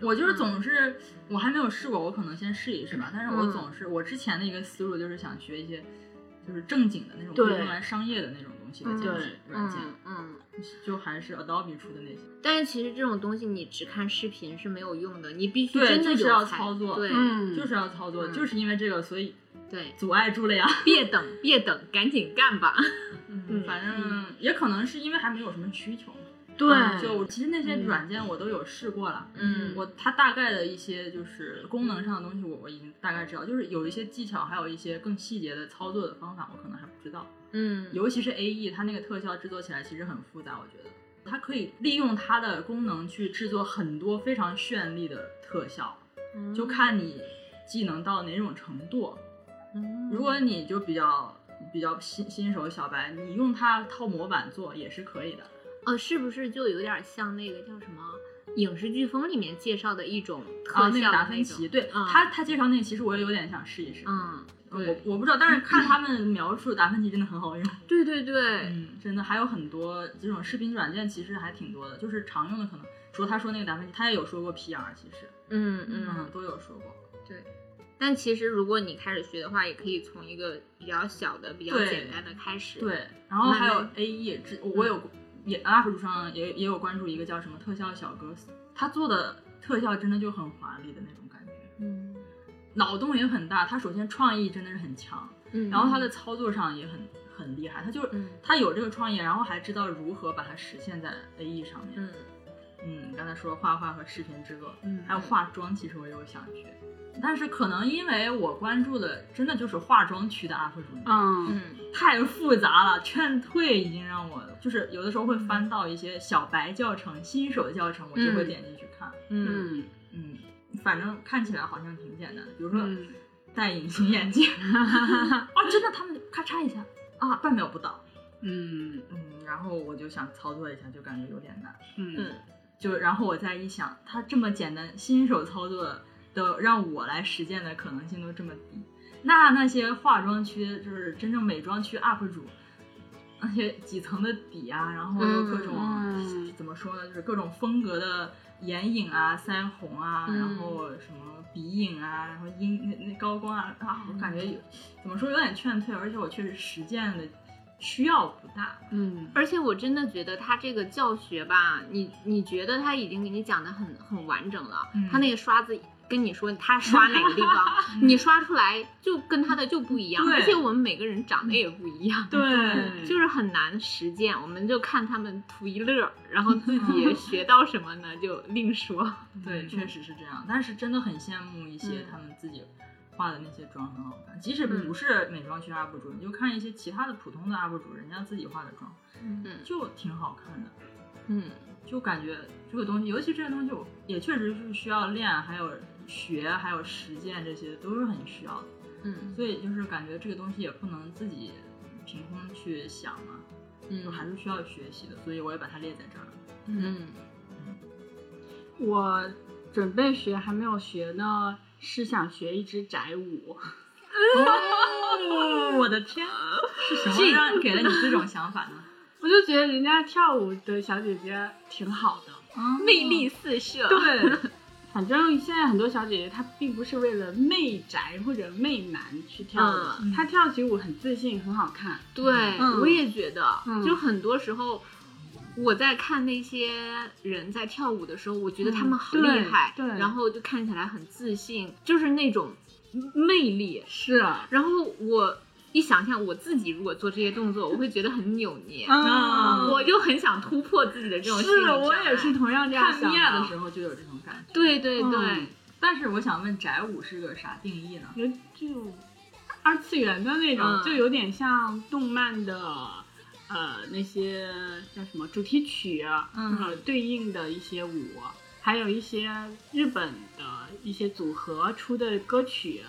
有。我就是总是，我还没有试过，我可能先试一试吧。但是我总是，我之前的一个思路就是想学一些，就是正经的那种，对可以用来商业的那种东西的嗯剪辑软件，嗯嗯，就还是 Adobe 出的那些。但是其实这种东西你只看视频是没有用的，你必须对真的就是有要才操作对、嗯，就是要操作，嗯就是因为这个，所以对，阻碍住了呀。别等别等，赶紧干吧。嗯，反正也可能是因为还没有什么需求。嗯对，就其实那些软件我都有试过了。嗯我它大概的一些就是功能上的东西我，我已经大概知道，就是有一些技巧，还有一些更细节的操作的方法，我可能还不知道。嗯尤其是 A E，它那个特效制作起来其实很复杂，我觉得它可以利用它的功能去制作很多非常绚丽的特效，就看你技能到哪种程度。如果你就比较比较新新手小白，你用它套模板做也是可以的。哦，是不是就有点像那个叫什么影视飓风里面介绍的一种特效的啊，那那个种？达芬奇，对、嗯他他介绍那个，其实我也有点想试一试。嗯，我我不知道，但是看他们描述达芬奇真的很好用。对对对，嗯，真的还有很多这种视频软件，其实还挺多的，就是常用的可能除了他说那个达芬奇，他也有说过 PR，其实嗯嗯嗯，都有说过。但其实如果你开始学的话，也可以从一个比较小的、比较对简单的开始。，对，然后还有慢慢 A E 之，嗯我有也 UP 主上也也有关注一个叫什么特效小哥，他做的特效真的就很华丽的那种感觉，嗯脑洞也很大。他首先创意真的是很强，嗯，然后他的操作上也很很厉害，他就是、嗯他有这个创意，然后还知道如何把它实现在 A E 上面。嗯嗯，刚才说画画和视频制作，嗯还有化妆，其实我也有想学，但是可能因为我关注的真的就是化妆区的 UP 主，嗯嗯太复杂了，劝退已经让我就是有的时候会翻到一些小白教程、新手教程，我就会嗯点进去看，嗯嗯嗯，反正看起来好像挺简单的，比如说嗯戴隐形眼 镜，哦，真的，他们咔嚓一下啊，半秒不到，嗯嗯，然后我就想操作一下，就感觉有点难。嗯嗯就然后我再一想，它这么简单，新手操作的让我来实践的可能性都这么低，那那些化妆区就是真正美妆区 UP 主，那些几层的底啊，然后又各种、嗯怎么说呢，就是各种风格的眼影啊、腮红啊，嗯然后什么鼻影啊，然后阴那那高光啊啊，我感觉有怎么说有点劝退，而且我确实实践的需要不大，嗯而且我真的觉得他这个教学吧，你你觉得他已经给你讲的很很完整了，嗯他那个刷子跟你说他刷哪个地方， 你刷出来就跟他的就不一样，对嗯而且我们每个人长得也不一样， 对就是很难实践，我们就看他们图一乐，然后自嗯己学到什么呢就另说。嗯对，确实是这样，但是真的很羡慕一些嗯他们自己化的那些妆很好看，即使不是美妆区 UP 主，你就看一些其他的普通的 UP 主，人家自己化的妆，嗯就挺好看的，嗯就感觉这个东西，尤其这个东西，我也确实是需要练，还有学，还有实践，这些都是很需要的，嗯所以就是感觉这个东西也不能自己凭空去想嘛，就还嗯是需要学习的，所以我也把它列在这儿了。嗯嗯我准备学还没有学呢，是想学一支宅舞。哦，我的天，是什么让给了你这种想法 呢？我就觉得人家跳舞的小姐姐挺好的，魅力四射。对，反正现在很多小姐姐她并不是为了媚宅或者媚男去跳舞，嗯她跳起舞很自信，很好看。对，嗯我也觉得，嗯就很多时候我在看那些人在跳舞的时候，我觉得他们好嗯对厉害，对然后就看起来很自信，就是那种魅力。是啊，然后我一想象我自己如果做这些动作，我会觉得很扭捏，嗯，我就很想突破自己的这种心理是障碍我也是同样这样看想米娅的时候就有这种感觉。对对对，嗯但是我想问，宅舞是个啥定义呢？有就二次元的那种，嗯就有点像动漫的呃那些叫什么主题曲，嗯呃对应的一些舞，还有一些日本的一些组合出的歌曲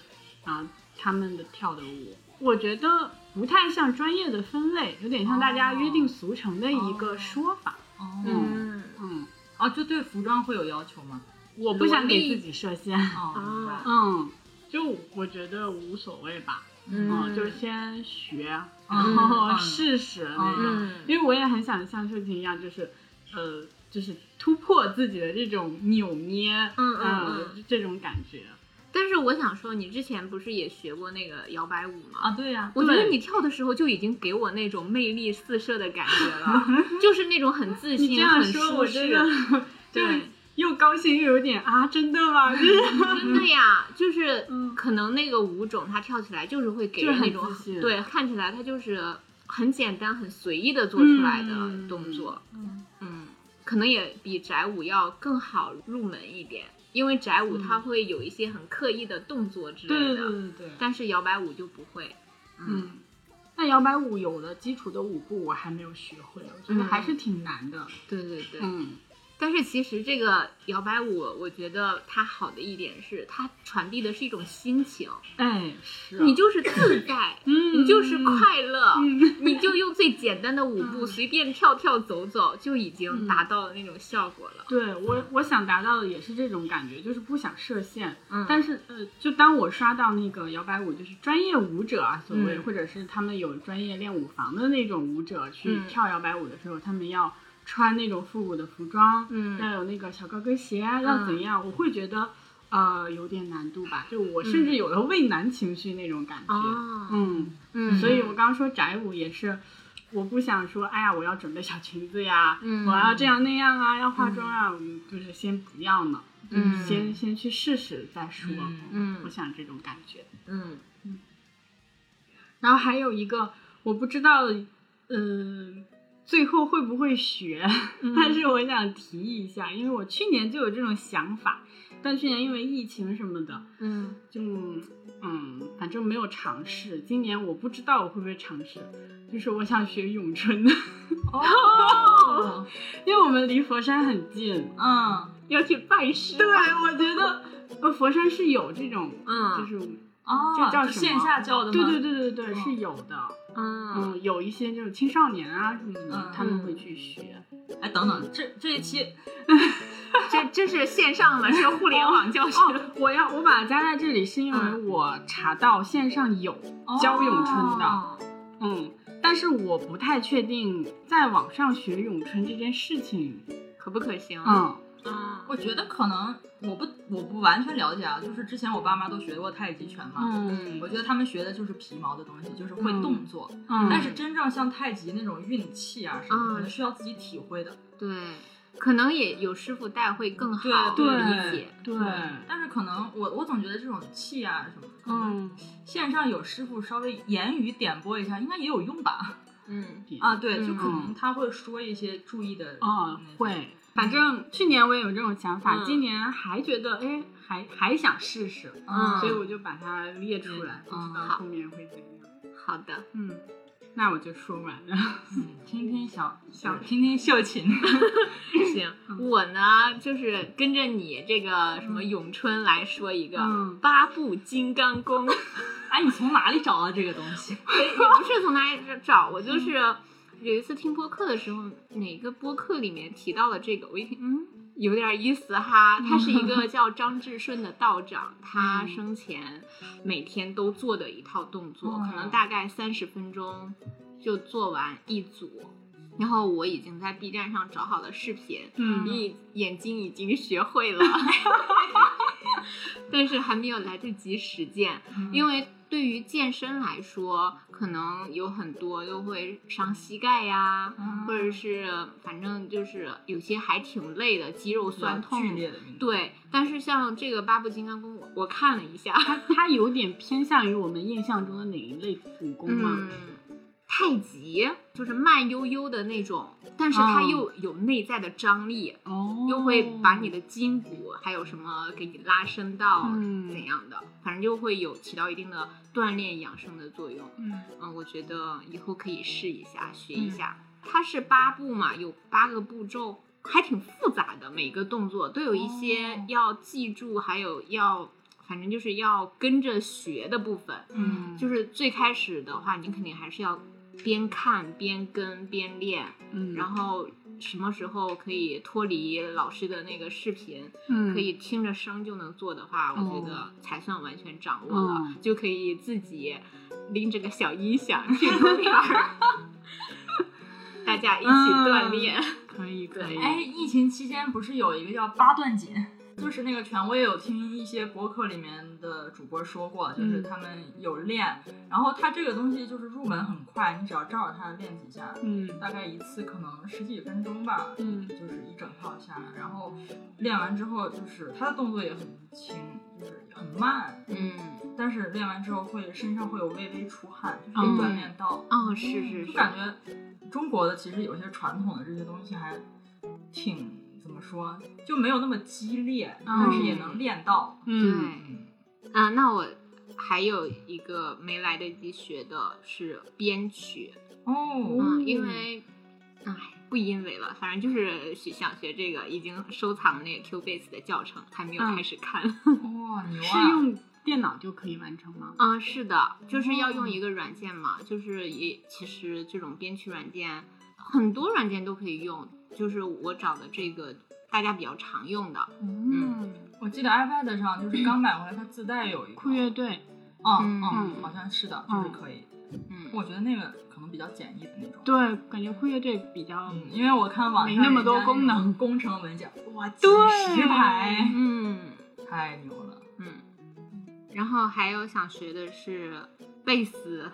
啊、他们的跳的舞，我觉得不太像专业的分类，有点像大家哦约定俗成的一个说法。哦嗯嗯嗯，哦，就对服装会有要求吗？我不想给自己设限。 哦，明白。嗯，就我觉得无所谓吧。嗯，就是先学， 然后嗯试试那种。嗯因为我也很想像秀琴一样，就是，呃，就是突破自己的这种扭捏，嗯嗯呃这种感觉。但是我想说，你之前不是也学过那个摇摆舞吗？啊，对呀、我觉得对你跳的时候就已经给我那种魅力四射的感觉 了，就是那种很自你这信、样很说，舒我真适。的就对又高兴又有点啊，真的吗？ 就是真的呀，就是嗯可能那个舞种它跳起来就是会给就是人很那种自信对，看起来它就是很简单、很随意的做出来嗯的动作。嗯可能也比宅舞要更好入门一点，因为宅舞它会有一些很刻意的动作之对类嗯对的，对对对，但是摇摆舞就不会。嗯。但摇摆舞有了基础的舞步，我还没有学会，我觉得嗯还是挺难的。对对对。嗯但是其实这个摇摆舞，我觉得它好的一点是，它传递的是一种心情，哎，是啊，你就是自在 嗯你就是快乐，嗯你就用最简单的舞步随便跳跳走走，就已嗯经达到了那种效果了。对我，我想达到的也是这种感觉，就是不想设限。嗯但是呃，就当我刷到那个摇摆舞，就是专业舞者啊，所谓、嗯或者是他们有专业练舞房的那种舞者去嗯跳摇摆舞的时候，他们要穿那种复古的服装，嗯要有那个小高跟鞋，啊要怎样？我会觉得呃有点难度吧，就我甚至有了畏难情绪那种感觉。啊，嗯，嗯，所以我刚刚说宅舞也是，我不想说，哎呀，我要准备小裙子呀，嗯我要这样那样啊，要化妆啊，嗯、就是先不要呢，嗯先先去试试再说。我嗯想这种感觉。嗯然后还有一个，我不知道，嗯、最后会不会学，嗯 但是我想提一下，因为我去年就有这种想法，但去年因为疫情什么的，嗯就嗯，反正没有尝试。今年我不知道我会不会尝试，就是我想学咏春， 哦，因为我们离佛山很近。嗯，要去拜师，对，我觉得呃，佛山是有这种，就嗯是哦，这叫就什线么下教的吗？对对对对对，是有的。嗯嗯，有一些就是青少年啊什么的嗯，他们会去学。对。哎，等等，这这一期这这是线上的，是互联网教学， 哦，我要我把它加在这里，是因为我查到线上有教咏嗯春的，哦嗯，但是我不太确定在网上学咏春这件事情，可不可行？嗯啊，我觉得可能我不我不完全了解啊，就是之前我爸妈都学过太极拳嘛，嗯我觉得他们学的就是皮毛的东西，就是会嗯动作，嗯，但是真正像太极那种运气啊什么嗯的，可能需要自己体会的。对，可能也有师傅带会更好对理对解。对，但是可能我我总觉得这种气啊什么的，可能嗯线上有师傅稍微言语点拨一下，应该也有用吧？嗯啊，对，就可嗯能他会说一些注意的哦那种，会。反正去年我也有这种想法，嗯今年还觉得哎，还还想试试，嗯所以我就把它列出来，不知道嗯后面会怎样。好的，嗯，那我就说完了。嗯听听小小听听秀琴， 行，我呢就是跟着你这个什么咏春来说一个嗯八部金刚功。 哎，你从哪里找到这个东西？也不是从哪里找，我就是有一次听播客的时候，哪个播客里面提到了这个，我一听，嗯，有点意思哈。他是一个叫张志顺的道长，他生前每天都做的一套动作，嗯可能大概三十分钟就做完一组。然后我已经在 B 站上找好了视频，嗯一眼睛已经学会了，但是还没有来得及实践。嗯因为对于健身来说，可能有很多都会伤膝盖呀、嗯或者是反正就是有些还挺累的，肌肉酸比较痛剧。烈的运动，对，但是像这个八部金刚功，我我看了一下， 它它有点偏向于我们印象中的哪一类武功嗯吗？，太极就是慢悠悠的那种，但是它哦又有内在的张力，哦又会把你的筋骨还有什么给你拉伸到嗯怎样的，反正就会有起到一定的锻炼养生的作用。嗯嗯，我觉得以后可以试一下，学一下。它是八步嘛，有八个步骤，还挺复杂的，每个动作都有一哦些要记住，还有要，反正就是要跟着学的部分。嗯，就是最开始的话，你肯定还是要边看边跟边练，嗯，然后什么时候可以脱离老师的那个视频，嗯哦可以听着声就能做的话，我觉得才算完全掌握了，嗯就可以自己拎着个小音响去公园儿， 大家一起锻嗯炼。可以可以，对哎，疫情期间不是有一个叫八段锦，就是那个拳，我也有听一些博客里面的主播说过，就是嗯他们有练，然后它这个东西就是入门很快，你只要照着它练几下，嗯大概一次可能十几分钟吧，嗯就是一整套下来，然后练完之后就是它的动作也很轻，就是很慢，嗯，但是练完之后会身上会有微微出汗，就是嗯锻炼到。哦，是是，就是感觉中国的其实有些传统的这些东西还挺怎么说，就没有那么激烈，但是也能练到。嗯对，啊，那我还有一个没来得及学的是编曲，哦，嗯，因为，唉，不因为了，反正就是学想学这个，已经收藏那个 Cubase 的教程，还没有嗯开始看。 哇，牛是啊！用电脑就可以完成吗？啊、是的，就是要用一个软件嘛，就是也其实这种编曲软件，很多软件都可以用，就是我找的这个大家比较常用的，嗯我记得 iPad 上就是刚买回来，它自带有一嗯个酷乐队嗯嗯好像是的，就是可以。嗯我觉得那个可能比较简易的那种。对，感觉酷乐队比较嗯，因为我看网上没那么多人家功能那种工程文件，哇，几对十排，嗯太牛了。嗯。然后还有想学的是贝斯，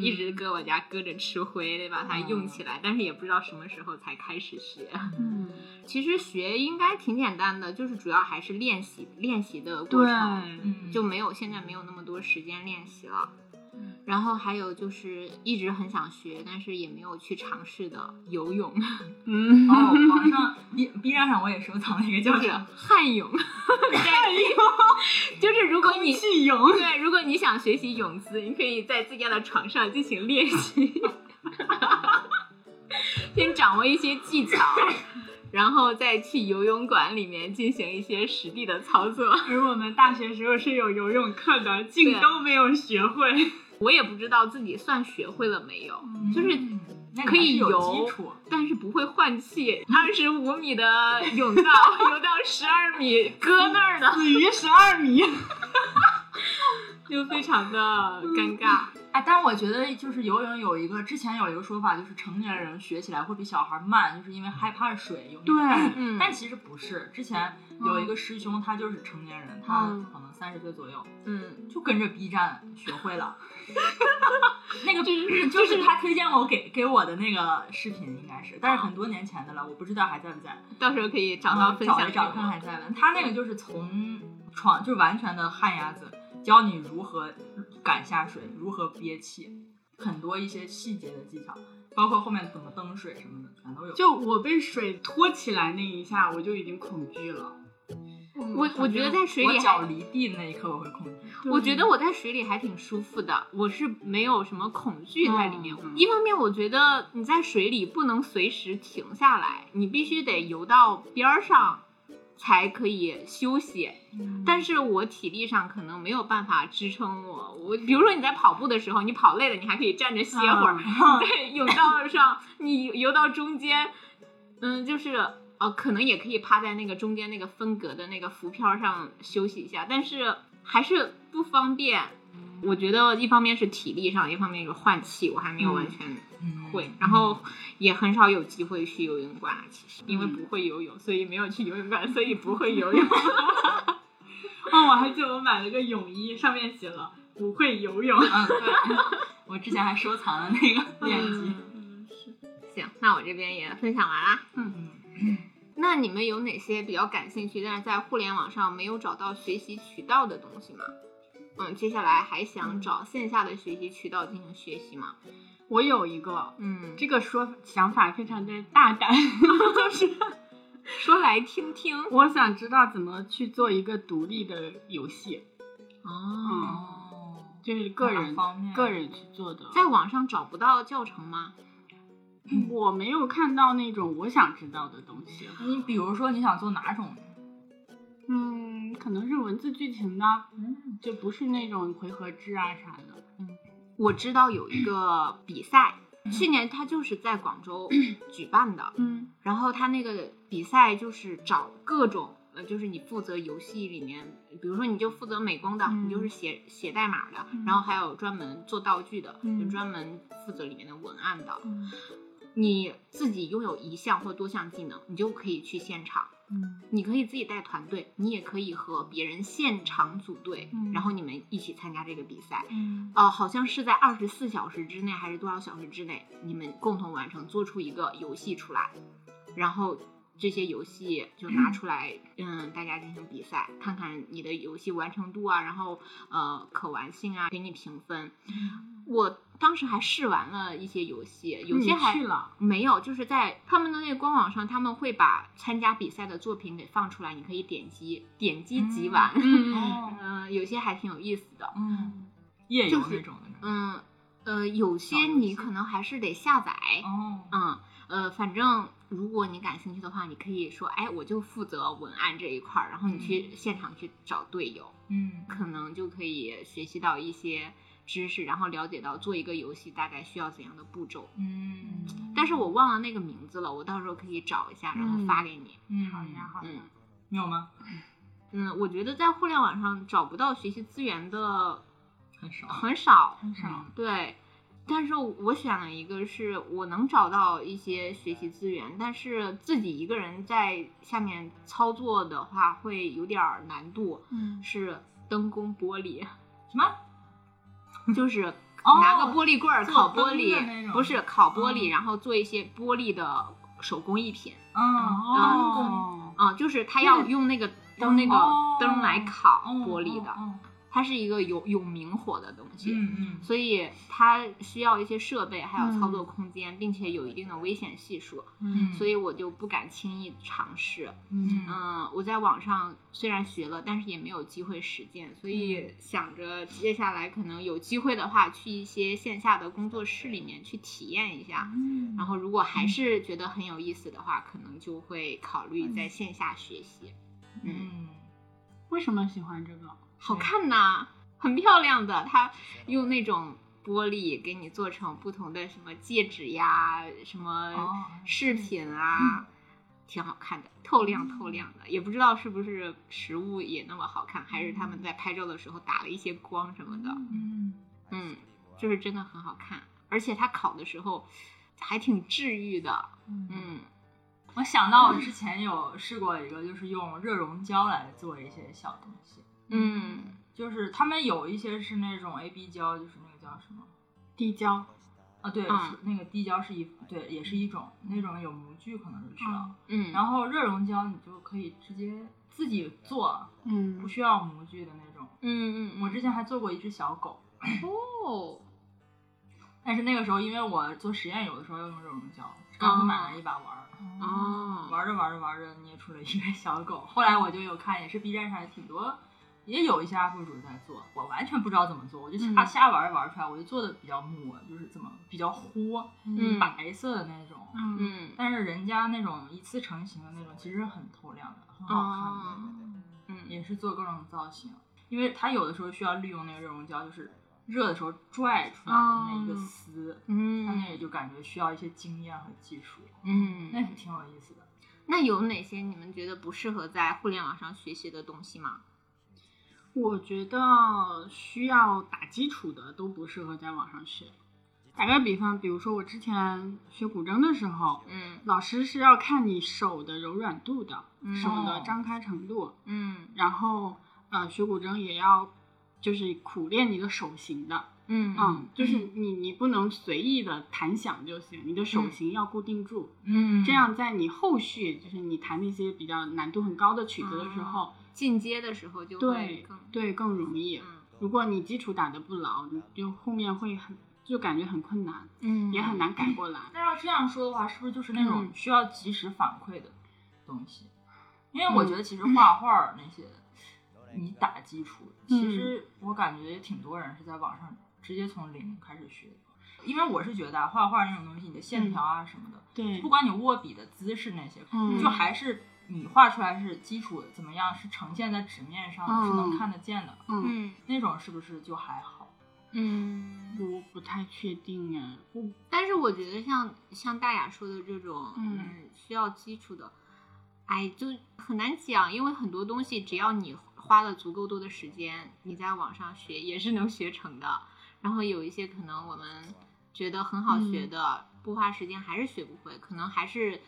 一直搁我家搁着吃灰，得把它用起来，但是也不知道什么时候才开始学。嗯其实学应该挺简单的，就是主要还是练习练习的过对程，嗯，就没有现在没有那么多时间练习了嗯。然后还有就是一直很想学，但是也没有去尝试的游泳， 嗯哦，网上 B B 站上我也收藏了一个就教 是程，旱泳， 旱泳，就是如果你气泳，对，如果你想学习泳姿，你可以在自家的床上进行练习，先掌握一些技巧，然后再去游泳馆里面进行一些实地的操作。而我们大学时候是有游泳课的，竟对都没有学会。我也不知道自己算学会了没有，就是嗯那你可还是以有游基础。但是不会换气。二十五米的泳道游到十二米，搁那儿了，死于十二米， 就非常的尴尬。哎，但是我觉得就是游泳有一个之前有一个说法，就是成年人学起来会比小孩慢，就是因为害怕水游泳。对 嗯但其实不是。之前有一个师兄，他就是成年人，他嗯可能三十岁左右，嗯，就跟着 B 站学会 了。那个就是就是他推荐我给给我的那个视频，应该是，但是很多年前的了，我不知道还在不在。到时候可以找到分找享一找给我看还在问。他那个就是从闯，就是完全的旱鸭子，教你如何赶下水，如何憋气，很多一些细节的技巧，包括后面怎么蹬水什么的，全都有。就我被水托起来那一下，我就已经恐惧了。我我觉得在水我里还脚离地的那一刻我会恐惧。我觉嗯得我在水里还挺舒服的，我是没有什么恐惧在里面。嗯嗯一方面，我觉得你在水里不能随时停下来，你必须得游到边儿上才可以休息。嗯但是我体力上可能没有办法支撑我。我比如说你在跑步的时候，你跑累了，你还可以站嗯着歇会儿。啊你在 泳道上，你游到中间，嗯，就是呃，可能也可以趴在那个中间那个分隔的那个浮漂上休息一下，但是还是不方便。我觉得一方面是体力上，一方面是换气，我还没有完全嗯会，然后也很少有机会去游泳馆了。其实因为不会游泳，所以没有去游泳馆，所以不会游泳。嗯哦，我还记得我买了个泳衣，上面写了“不会游泳嗯，对，我之前还收藏了那嗯个链接。行，那我这边也分享完啦。嗯，那你们有哪些比较感兴趣，但是在互联网上没有找到学习渠道的东西吗？嗯，接下来还想找线下的学习渠道进行学习吗？我有一个嗯，这个说想法非常的大胆， 就是说来听听。我想知道怎么去做一个独立的游戏，哦，嗯，哦，就是个人哪方面个人去做的。嗯在网上找不到教程吗？我没有看到那种我想知道的东西，你比如说你想做哪种？嗯，可能是文字剧情的，嗯，就不是那种回合制啊啥的。我知道有一个比赛，去年它就是在广州举办的，嗯然后他那个比赛就是找各种，呃，就是你负责游戏里面，比如说你就负责美工的，嗯你就是写写代码的，嗯然后还有专门做道具的，嗯就专门负责里面的文案的。嗯你自己拥有一项或多项技能，你就可以去现场。嗯你可以自己带团队，你也可以和别人现场组队，嗯然后你们一起参加这个比赛。嗯呃，好像是在二十四小时之内还是多少小时之内，你们共同完成，做出一个游戏出来，然后这些游戏就拿出来，嗯，大家进行比赛，看看你的游戏完成度啊，然后呃可玩性啊，给你评分。嗯我当时还试玩了一些游戏，有些还去了，没有，就是在他们的那个官网上，他们会把参加比赛的作品给放出来，你可以点击点击即玩。嗯哦，嗯、有些还挺有意思的。嗯，夜游那种的。嗯，呃，有些你可能还是得下载，哦，嗯，呃，反正如果你感兴趣的话，你可以说，哎，我就负责文案这一块儿，然后你去现场去找队友，嗯，可能就可以学习到一些知识，然后了解到做一个游戏大概需要怎样的步骤。嗯，但是我忘了那个嗯名字了，我到时候可以找一下，然后发给你。嗯，好呀好呀嗯，你有吗？嗯，我觉得在互联网上找不到学习资源的很少。很少，很少对，但是我选了一个是我能找到一些学习资源，但是自己一个人在下面操作的话会有点儿难度，嗯，是灯工玻璃， 什么？就是。哦拿个玻璃棍儿做烤玻灯的璃，那种不是烤玻璃，嗯然后做一些玻璃的手工艺品。嗯，哦哦，哦，啊、就是他要用那个用那个哦灯来烤哦玻璃的，哦它是一个有有明火的东西，嗯嗯，所以它需要一些设备，还有操作空间，并且有一定的危险系数，嗯所以我就不敢轻易尝试。嗯嗯，我在网上虽然学了，但是也没有机会实践，所嗯以想着接下来可能有机会的话，去一些线下的工作室里面去体验一下。嗯然后，如果还是觉得很有意思的话，可能就会考虑在线下学习。嗯，嗯，为什么喜欢这个？好看呐，很漂亮的。它用那种玻璃给你做成不同的什么戒指呀，什么哦饰品啊，挺好看的，透亮透亮的。也不知道是不是实物也那么好看，还是他们在拍照的时候打了一些光什么的。嗯，嗯，就是真的很好看，而且它烤的时候还挺治愈的。嗯，我想到我之前有试过一个，就是用热熔胶来做一些小东西，嗯，就是他们有一些是那种 A B 胶，就是那个叫什么地胶，啊？对，嗯是那个滴胶是一对，也是一种那种有模具可能是知道，嗯，然后热熔胶你就可以直接自己做，嗯不，需要模具的那种。嗯嗯，我之前还做过一只小狗，哦，但是那个时候因为我做实验有的时候要用热熔胶，刚好买了一把玩儿。哦，玩着玩着玩着捏出了一个小狗。后来我就有看，也是 B 站上也挺多，也有一些 UP 主在做，我完全不知道怎么做，我就瞎嗯瞎玩儿玩儿出来，我就做的比较抹，就是怎么比较糊，嗯白色的那种。嗯嗯但是人家那种一次成型的那种，其实很透亮的，很好看的那种，嗯，也是做各种造型。因为它有的时候需要利用那个热熔胶，就是热的时候拽出来的那一个哦丝，它那嗯个就感觉需要一些经验和技术，那嗯，也挺有意思的。那有哪些你们觉得不适合在互联网上学习的东西吗？我觉得需要打基础的都不适合在网上学。打个比方，比如说我之前学古筝的时候，嗯老师是要看你手的柔软度的，嗯手的哦张开程度。嗯然后呃，学古筝也要就是苦练你的手型的，嗯嗯，就是你你不能随意的弹响就行，你的手型要固定住，嗯这样在你后续就是你弹那些比较难度很高的曲子的时候，进阶的时候就啊会对更对更容易。嗯如果你基础打得不牢，你就后面会很就感觉很困难，嗯也很难改过来。那要这样说的话，是不是就是那种嗯需要及时反馈的东西？因为我觉嗯得其实画画儿那些，你打基础，其嗯实我感觉也挺多人是在网上直接从零开始学的。因为我是觉得啊，画画那种东西，你的线嗯条啊什么的，对不，管你握笔的姿势那些，嗯就还是你画出来是基础怎么样，是呈现在纸面上、嗯是能看得见的，嗯，嗯那种是不是就还好？嗯。我不太确定哎，我但是我觉得像像大雅说的这种，嗯嗯，需要基础的，哎，就很难讲，因为很多东西只要你花了足够多的时间，你在网上学也是能学成的。然后有一些可能我们觉得很好嗯学的，不花时间还是学不会，可能还是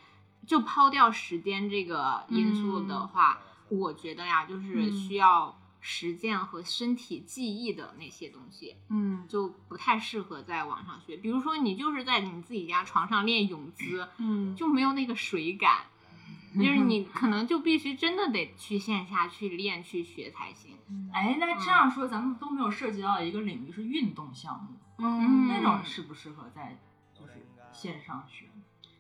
就抛掉时间这个因素的话，我觉得呀，就是嗯需要实践和身体记忆的那些东西。嗯就不太适合在网上学。比如说，你就是在你自己家床上练泳姿，嗯就没有那个水感，就是你可能就必须真的得去线下去练去学才行。哎，那这样说，咱们都没有涉及到一个领域是运动项目。嗯那种适不适合在就是线上学？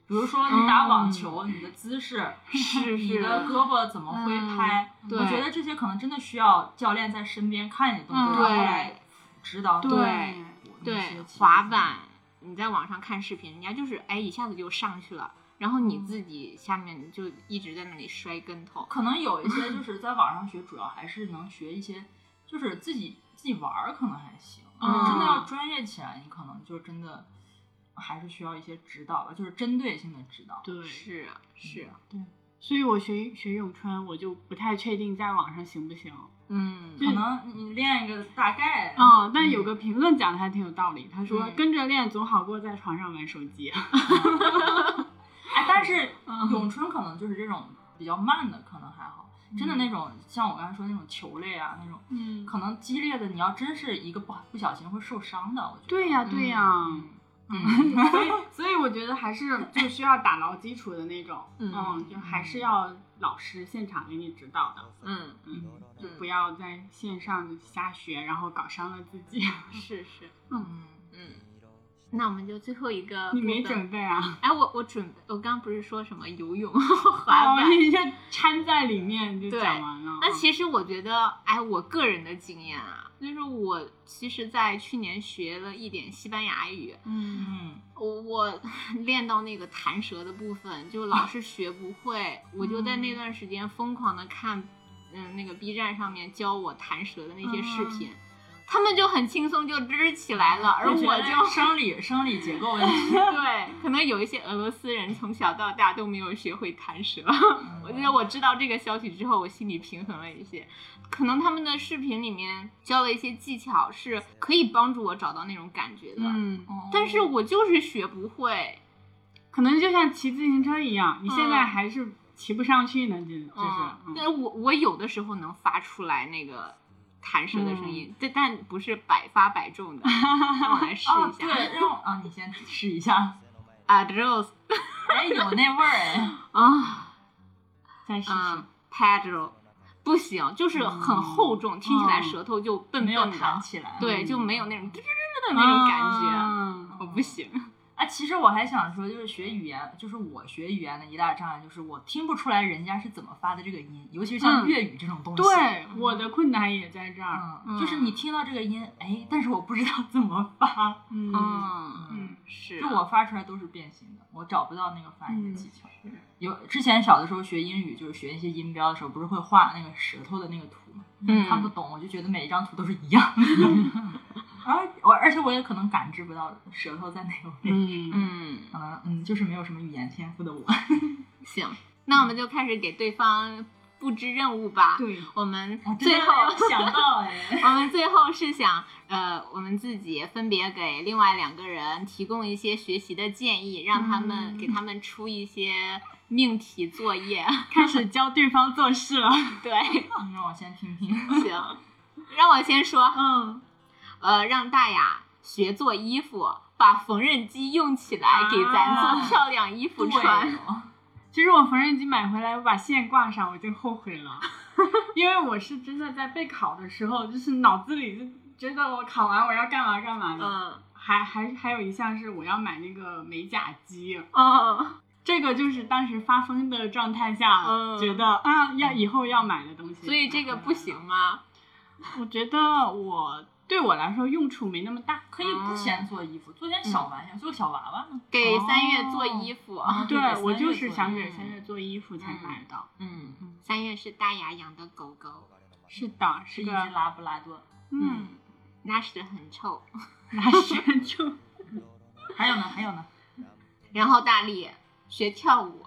比如说你打网球，你的姿势，嗯是你是的胳膊怎么挥拍，对我觉得这些可能真的需要教练在身边看你的动嗯作，然后对来指导你。对那对些技术滑板，你在网上看视频，人家就是哎一下子就上去了，然后你自己下面就一直在那里摔跟头。可能有一些就是在网上学，主要还是能学一些，就是自己自己玩儿可能还行，嗯真的要专业起来，你可能就真的还是需要一些指导吧，就是针对性的指导。对是是，啊对，所以我学学咏春，我就不太确定在网上行不行。嗯就可能你练一个大概，嗯，但有个评论讲的还挺有道理，他说嗯跟着练总好过在床上玩手机。 哎，但是咏春可能就是这种比较慢的，可能还好。真的那种像我刚才说那种球类啊，那种嗯，可能激烈的，你要真是一个不不小心会受伤的，我觉得。对呀、对呀、嗯嗯，所以所以我觉得还是就需要打牢基础的那种，嗯嗯，就还是要老师现场给你指导的，嗯，嗯，就不要在线上瞎学，然后搞伤了自 己。是是，嗯嗯。那我们就最后一个，你没准？备啊？哎，我我准备，我刚刚不是说什么游泳、滑板哦，你这掺在里面就对讲完了。嗯那其实我觉得，哎，我个人的经验啊，就是我其实，在去年学了一点西班牙语，嗯，嗯，我我 练到那个弹舌的部分，就老是学不会，我就在那段时间疯狂的看，嗯，那个 B 站上面教我弹舌的那些视频，他们就很轻松就支起来了，而觉我得就生理生理结构问题， 对，可能有一些俄罗斯人从小到大都没有学会弹舌。 我觉得哦我知道这个消息之后，我心里平衡了一些。可能他们的视频里面教了一些技巧，是可以帮助我找到那种感觉的，嗯，哦但是我就是学不会。可能就像骑自行车一样，你现在嗯还是骑不上去呢，这就是。嗯但我我有的时候能发出来那个弹舌的声嗯音，但但不是百发百中的。 让我来试哦一下。对，让我啊你先试一下，啊 d r o s 哎有那味儿哎， 啊。再试试嗯。，Pedro，不行，就是很厚重，听起来舌头就笨嗯没有笨弹嗯的，起来，对，就没有那种吱吱吱的那种感觉，哦啊我不行。哎，其实我还想说，就是学语言，就是我学语言的一大障碍，就是我听不出来人家是怎么发的这个音，尤其是像嗯粤语这种东西。对，我的困难也在这儿。嗯，就是你听到这个音，哎，但是我不知道怎么发，嗯嗯，嗯，是就啊，我发出来都是变形的，我找不到那个发音嗯的技巧。有之前小的时候学英语，就是学一些音标的时候，不是会画那个舌头的那个图吗？嗯看不懂，我就觉得每一张图都是一样的。 而我而且我也可能感知不到舌头在哪个位置，嗯，嗯，可能嗯，就是没有什么语言天赋 的我。行，那我们就开始给对方布置任务吧。对，我们我哦真的最后没有 想到哎，我们最后是想，呃，我们自己分别给另外两个人提供一些学习的建议，让他嗯们、给他们出一些命题作业。 开始教对方做事 了。 对，你让我先听听。 行，让我先说，嗯，呃，让大雅学做衣服，把缝纫机用起来，给咱做漂亮衣服穿。对哦其实我缝纫机买回来，我把线挂上，我就后悔 了，因为我是真的在备考的时候，就是脑子里就觉得我考完我要干嘛干嘛的。嗯还还还有一项是我要买那个美甲机，嗯这个就是当时发疯的状态下，嗯觉得啊要以后要买的东西。所以这个不行吗？我觉得我对我来说用处没那么大。可以嗯不先做衣服，做点小玩意儿，做个小娃娃呢。给三月做衣服， 对给三我月就是做想衣给服三月做衣服才买的。嗯，三月是大雅养的狗狗，是的，是是一只的，拉布拉多。嗯，拉屎很臭。拿是就还有呢，还有呢，然后大力学跳舞，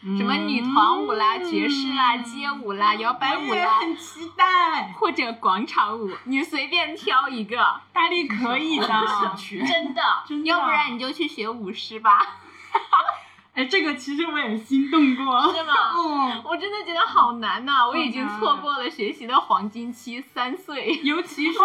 什么女团舞啦、爵士啦、街嗯舞啦、摇摆舞啦，哎很期待，或者广场舞，你随便挑一个。大力可以的。真的，真的要不然你就去学舞狮吧，哎，这个其实我也心动过。是吗？哦嗯，我真的觉得好难呐、我已经好难错过了学习的黄金期，三岁。 尤其是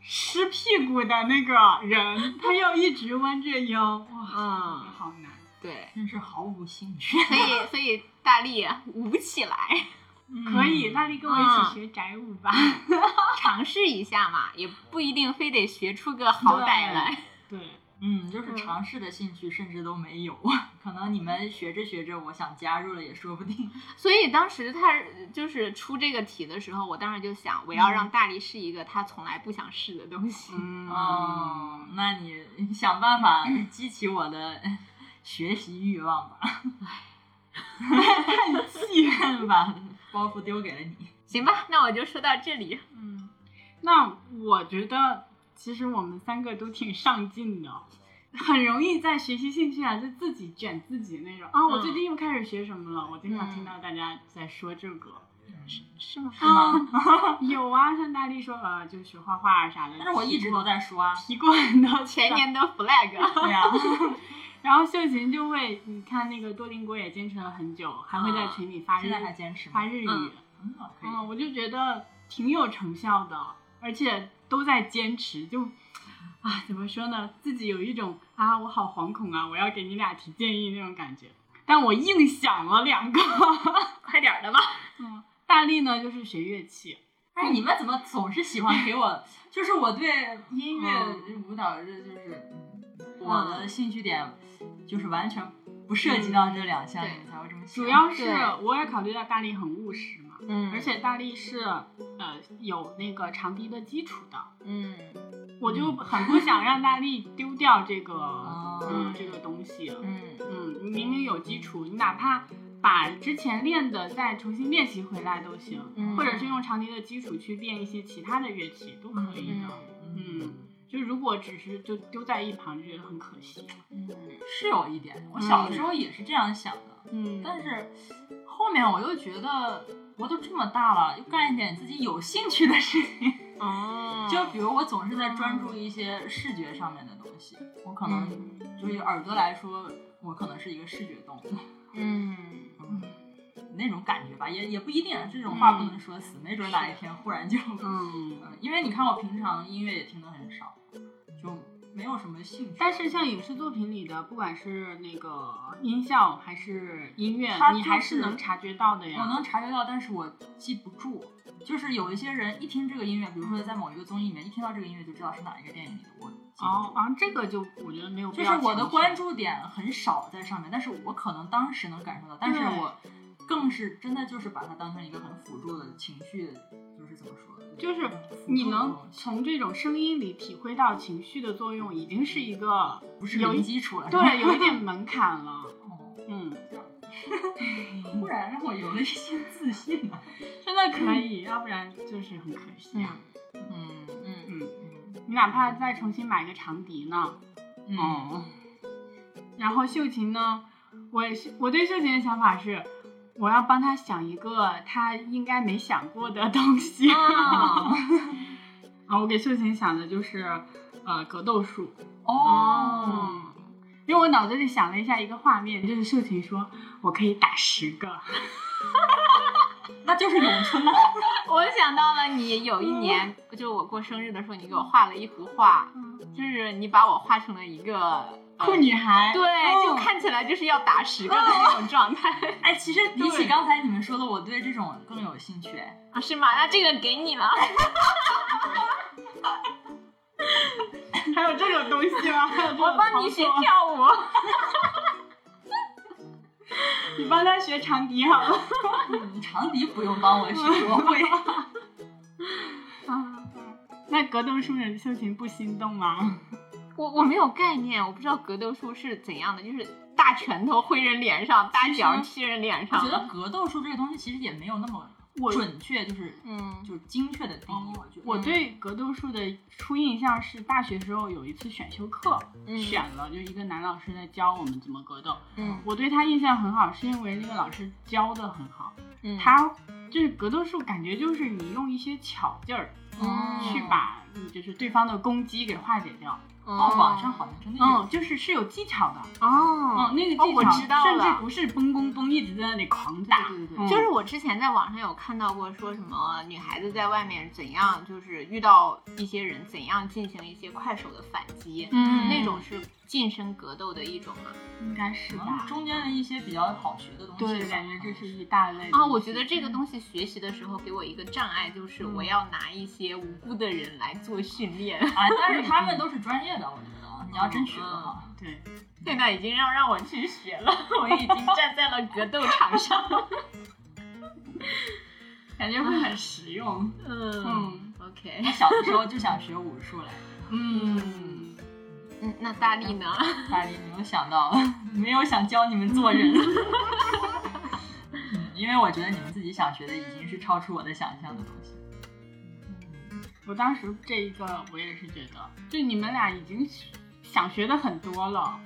湿屁股的那个人，他要一直弯着腰，哇，嗯，好难。对，真是毫无兴趣。所以所以大力舞起来，嗯可以，大力跟我一起学宅舞吧。尝试一下嘛，也不一定非得学出个好歹来。 对，嗯，就是尝试的兴趣甚至都没有。 可能你们学着学着，我想加入了也说不定。所以当时他就是出这个题的时候，我当时就想，我要让大力试一个他从来不想试的东西。嗯嗯哦，嗯那你想办法激起我的学习欲望吧。 叹气，把包袱丢给了你。行吧，那我就说到这里。嗯，那我觉得其实我们三个都挺上进的，很容易在学习兴趣啊，就自己卷自己那种啊。我嗯最近又开始学什么了？我经常听到大家在说这个，是吗？嗯啊，有啊，像大力说呃，就学画画啊啥的。但是我一直都在说 啊，提过很多 前年的 flag， 对啊 呀，然后秀琴就会，你看那个多邻国也坚持了很久，还会在群里发日、嗯现在还坚持吗发日语，嗯嗯好可以嗯，我就觉得挺有成效的，而且都在坚持，就啊，怎么说呢，自己有一种啊，我好惶恐啊，我要给你俩提建议那种感觉。但我硬想了两个， 快点儿的吧。大力呢就是学乐器，哎，你们怎么总是喜欢给我？就是我对音乐、嗯舞蹈这就是我的兴趣点，就是完全不涉及到这两项，对你们才会这么嗯想。主要是嗯对我也考虑到大力很务实嘛，嗯而且大力是呃有那个长笛的基础的，嗯，我就很不想让大力丢掉这个，哦嗯，这个东西。嗯嗯，你明明有基础，你哪怕把之前练的再重新练习回来都行，嗯或者是用长笛的基础去练一些其他的乐器都可以的。嗯，就如果只是就丢在一旁，就觉得很可惜。是有一点，我小的时候也是这样想的，嗯但是后面我又觉得。我都这么大了，又干一点自己有兴趣的事情。嗯哦就比如我总是在专注一些视觉上面的东西，我可能嗯就是耳朵来说，我可能是一个视觉动物。嗯那种感觉吧，也也不一定，这种话不能说死，没准哪一天忽然就，嗯， 嗯，因为你看我平常音乐也听得很少，就没有什么兴趣。但是像影视作品里的，不管是那个音效还是音乐，它你就还是是能察觉到的呀。我能察觉到，但是我记不住。就是有一些人一听这个音乐，比如说在某一个综艺里面，一听到这个音乐就知道是哪一个电影里的，我记不哦住。啊，这个就我觉得没有必就要强是求。我的关注点很少在上面，但是我可能当时能感受到，但是对我更是真的就是把它当成一个很辅助的情绪，就是怎么说呢，就是辅助你的能东西从这种声音里体会到情绪的作用，已经是一个不是有一零 基础了，是吧对，有一点门槛 了。嗯，突然让我有了一些自信呢、真的可以，要不然就是很可惜啊。嗯嗯嗯，嗯你哪怕再重新买个长笛呢。嗯 哦、然后秀琴呢，我也是我对秀琴的想法是，我要帮她想一个她应该没想过的东西。哦啊 啊，我给秀琴想的就是，呃，格斗术。哦，嗯，因为我脑子里想了一下一个画面，就是秀琴说我可以打十个，那就是咏春了。 我想到了你有一年，就我过生日的时候，你给我画了一幅画，嗯 就是你把我画成了一个酷，女孩。呃对，就看起来就是要打十个的那种状态 哎，其实比起刚才你们说的，我对这种更有兴趣。哎 嗯啊，是吗？那这个给你了，还有这种东西吗？我我帮你学，跳舞。 你帮他学长笛好了。 你长笛不用帮我学，我会。啊，那格斗术人秀琴不心动吗？我我没有概念，我不知道格斗术是怎样的，就是大拳头挥人脸上，大脚踢人脸我上。觉得格斗术这个东西其实也没有那么我准确，就是嗯就是精确的定义。我觉得哦我对格斗术的初印象是大学时候有一次选修课，嗯选了就一个男老师在教我们怎么格斗。嗯我对他印象很好，是因为那个老师教的很好。嗯他就是格斗术，感觉就是你用一些巧劲儿去把嗯就是对方的攻击给化解掉。嗯哦，网上好像真的有。嗯，就是是有技巧的。哦嗯，那个技哦巧、我知道甚了至不是嘣嘣嘣一直在那里狂打，对对对嗯就是我之前在网上有看到过，说什么女孩子在外面怎样，就是遇到一些人怎样进行一些快手的反击，嗯那种是近身格斗的一种嗯嘛。应该是可能吧。中间的一些比较好学的东西吧，对，感觉这是一大类啊，我觉得这个东西学习的时候给我一个障碍，就是嗯我要拿一些无辜的人来做训练。 啊，但是他们都是专业的，我觉得啊你要真学的话，对，现在已经让让我去学了，我已经站在了格斗场上。感觉会很实用。嗯 嗯，OK，我小的时候就想学武术来着。嗯，嗯，那大力呢？大力没有想到， 没有想教你们做人。 嗯因为我觉得你们自己想学的已经是超出我的想象的东西。我当时这一个我也是觉得，就你们俩已经想学的很多了。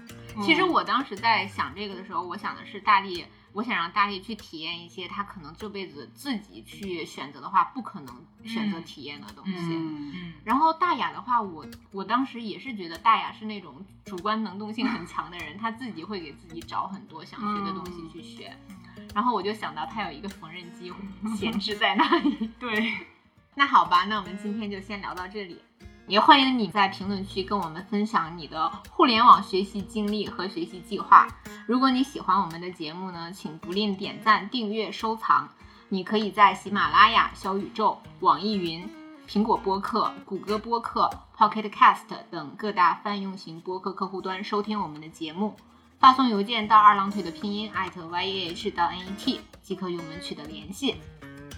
其实嗯我当时在想这个的时候，我想的是大力，我想让大力去体验一些他可能这辈子自己去选择的话，不可能选择嗯体验的东西。嗯，嗯，然后大雅的话，我我当时也是觉得大雅是那种主观能动性很强的人，她自己会给自己找很多想学的东西去学。嗯然后我就想到她有一个缝纫机闲置在那里。对， 那好吧，那我们今天就先聊到这里。也欢迎你在评论区跟我们分享你的互联网学习经历和学习计划。如果你喜欢我们的节目呢，请不吝点赞、订阅、收藏。你可以在喜马拉雅、小宇宙、网易云、苹果播客、谷歌播客、Pocket Cast 等各大泛用型播客客户端收听我们的节目。发送邮件到二郎腿的拼音 at yeh 到 net 即可与我们取得联系。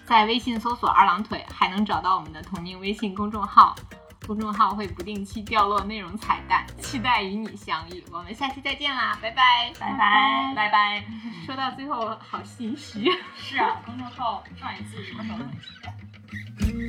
在微信搜索“二郎腿”，还能找到我们的同名微信公众号，公众号会不定期掉落内容彩蛋，期待与你相遇。我们下期再见啦，拜拜！拜拜拜拜。说到最后，好心虚。是啊，公众号上一次什么时候更新？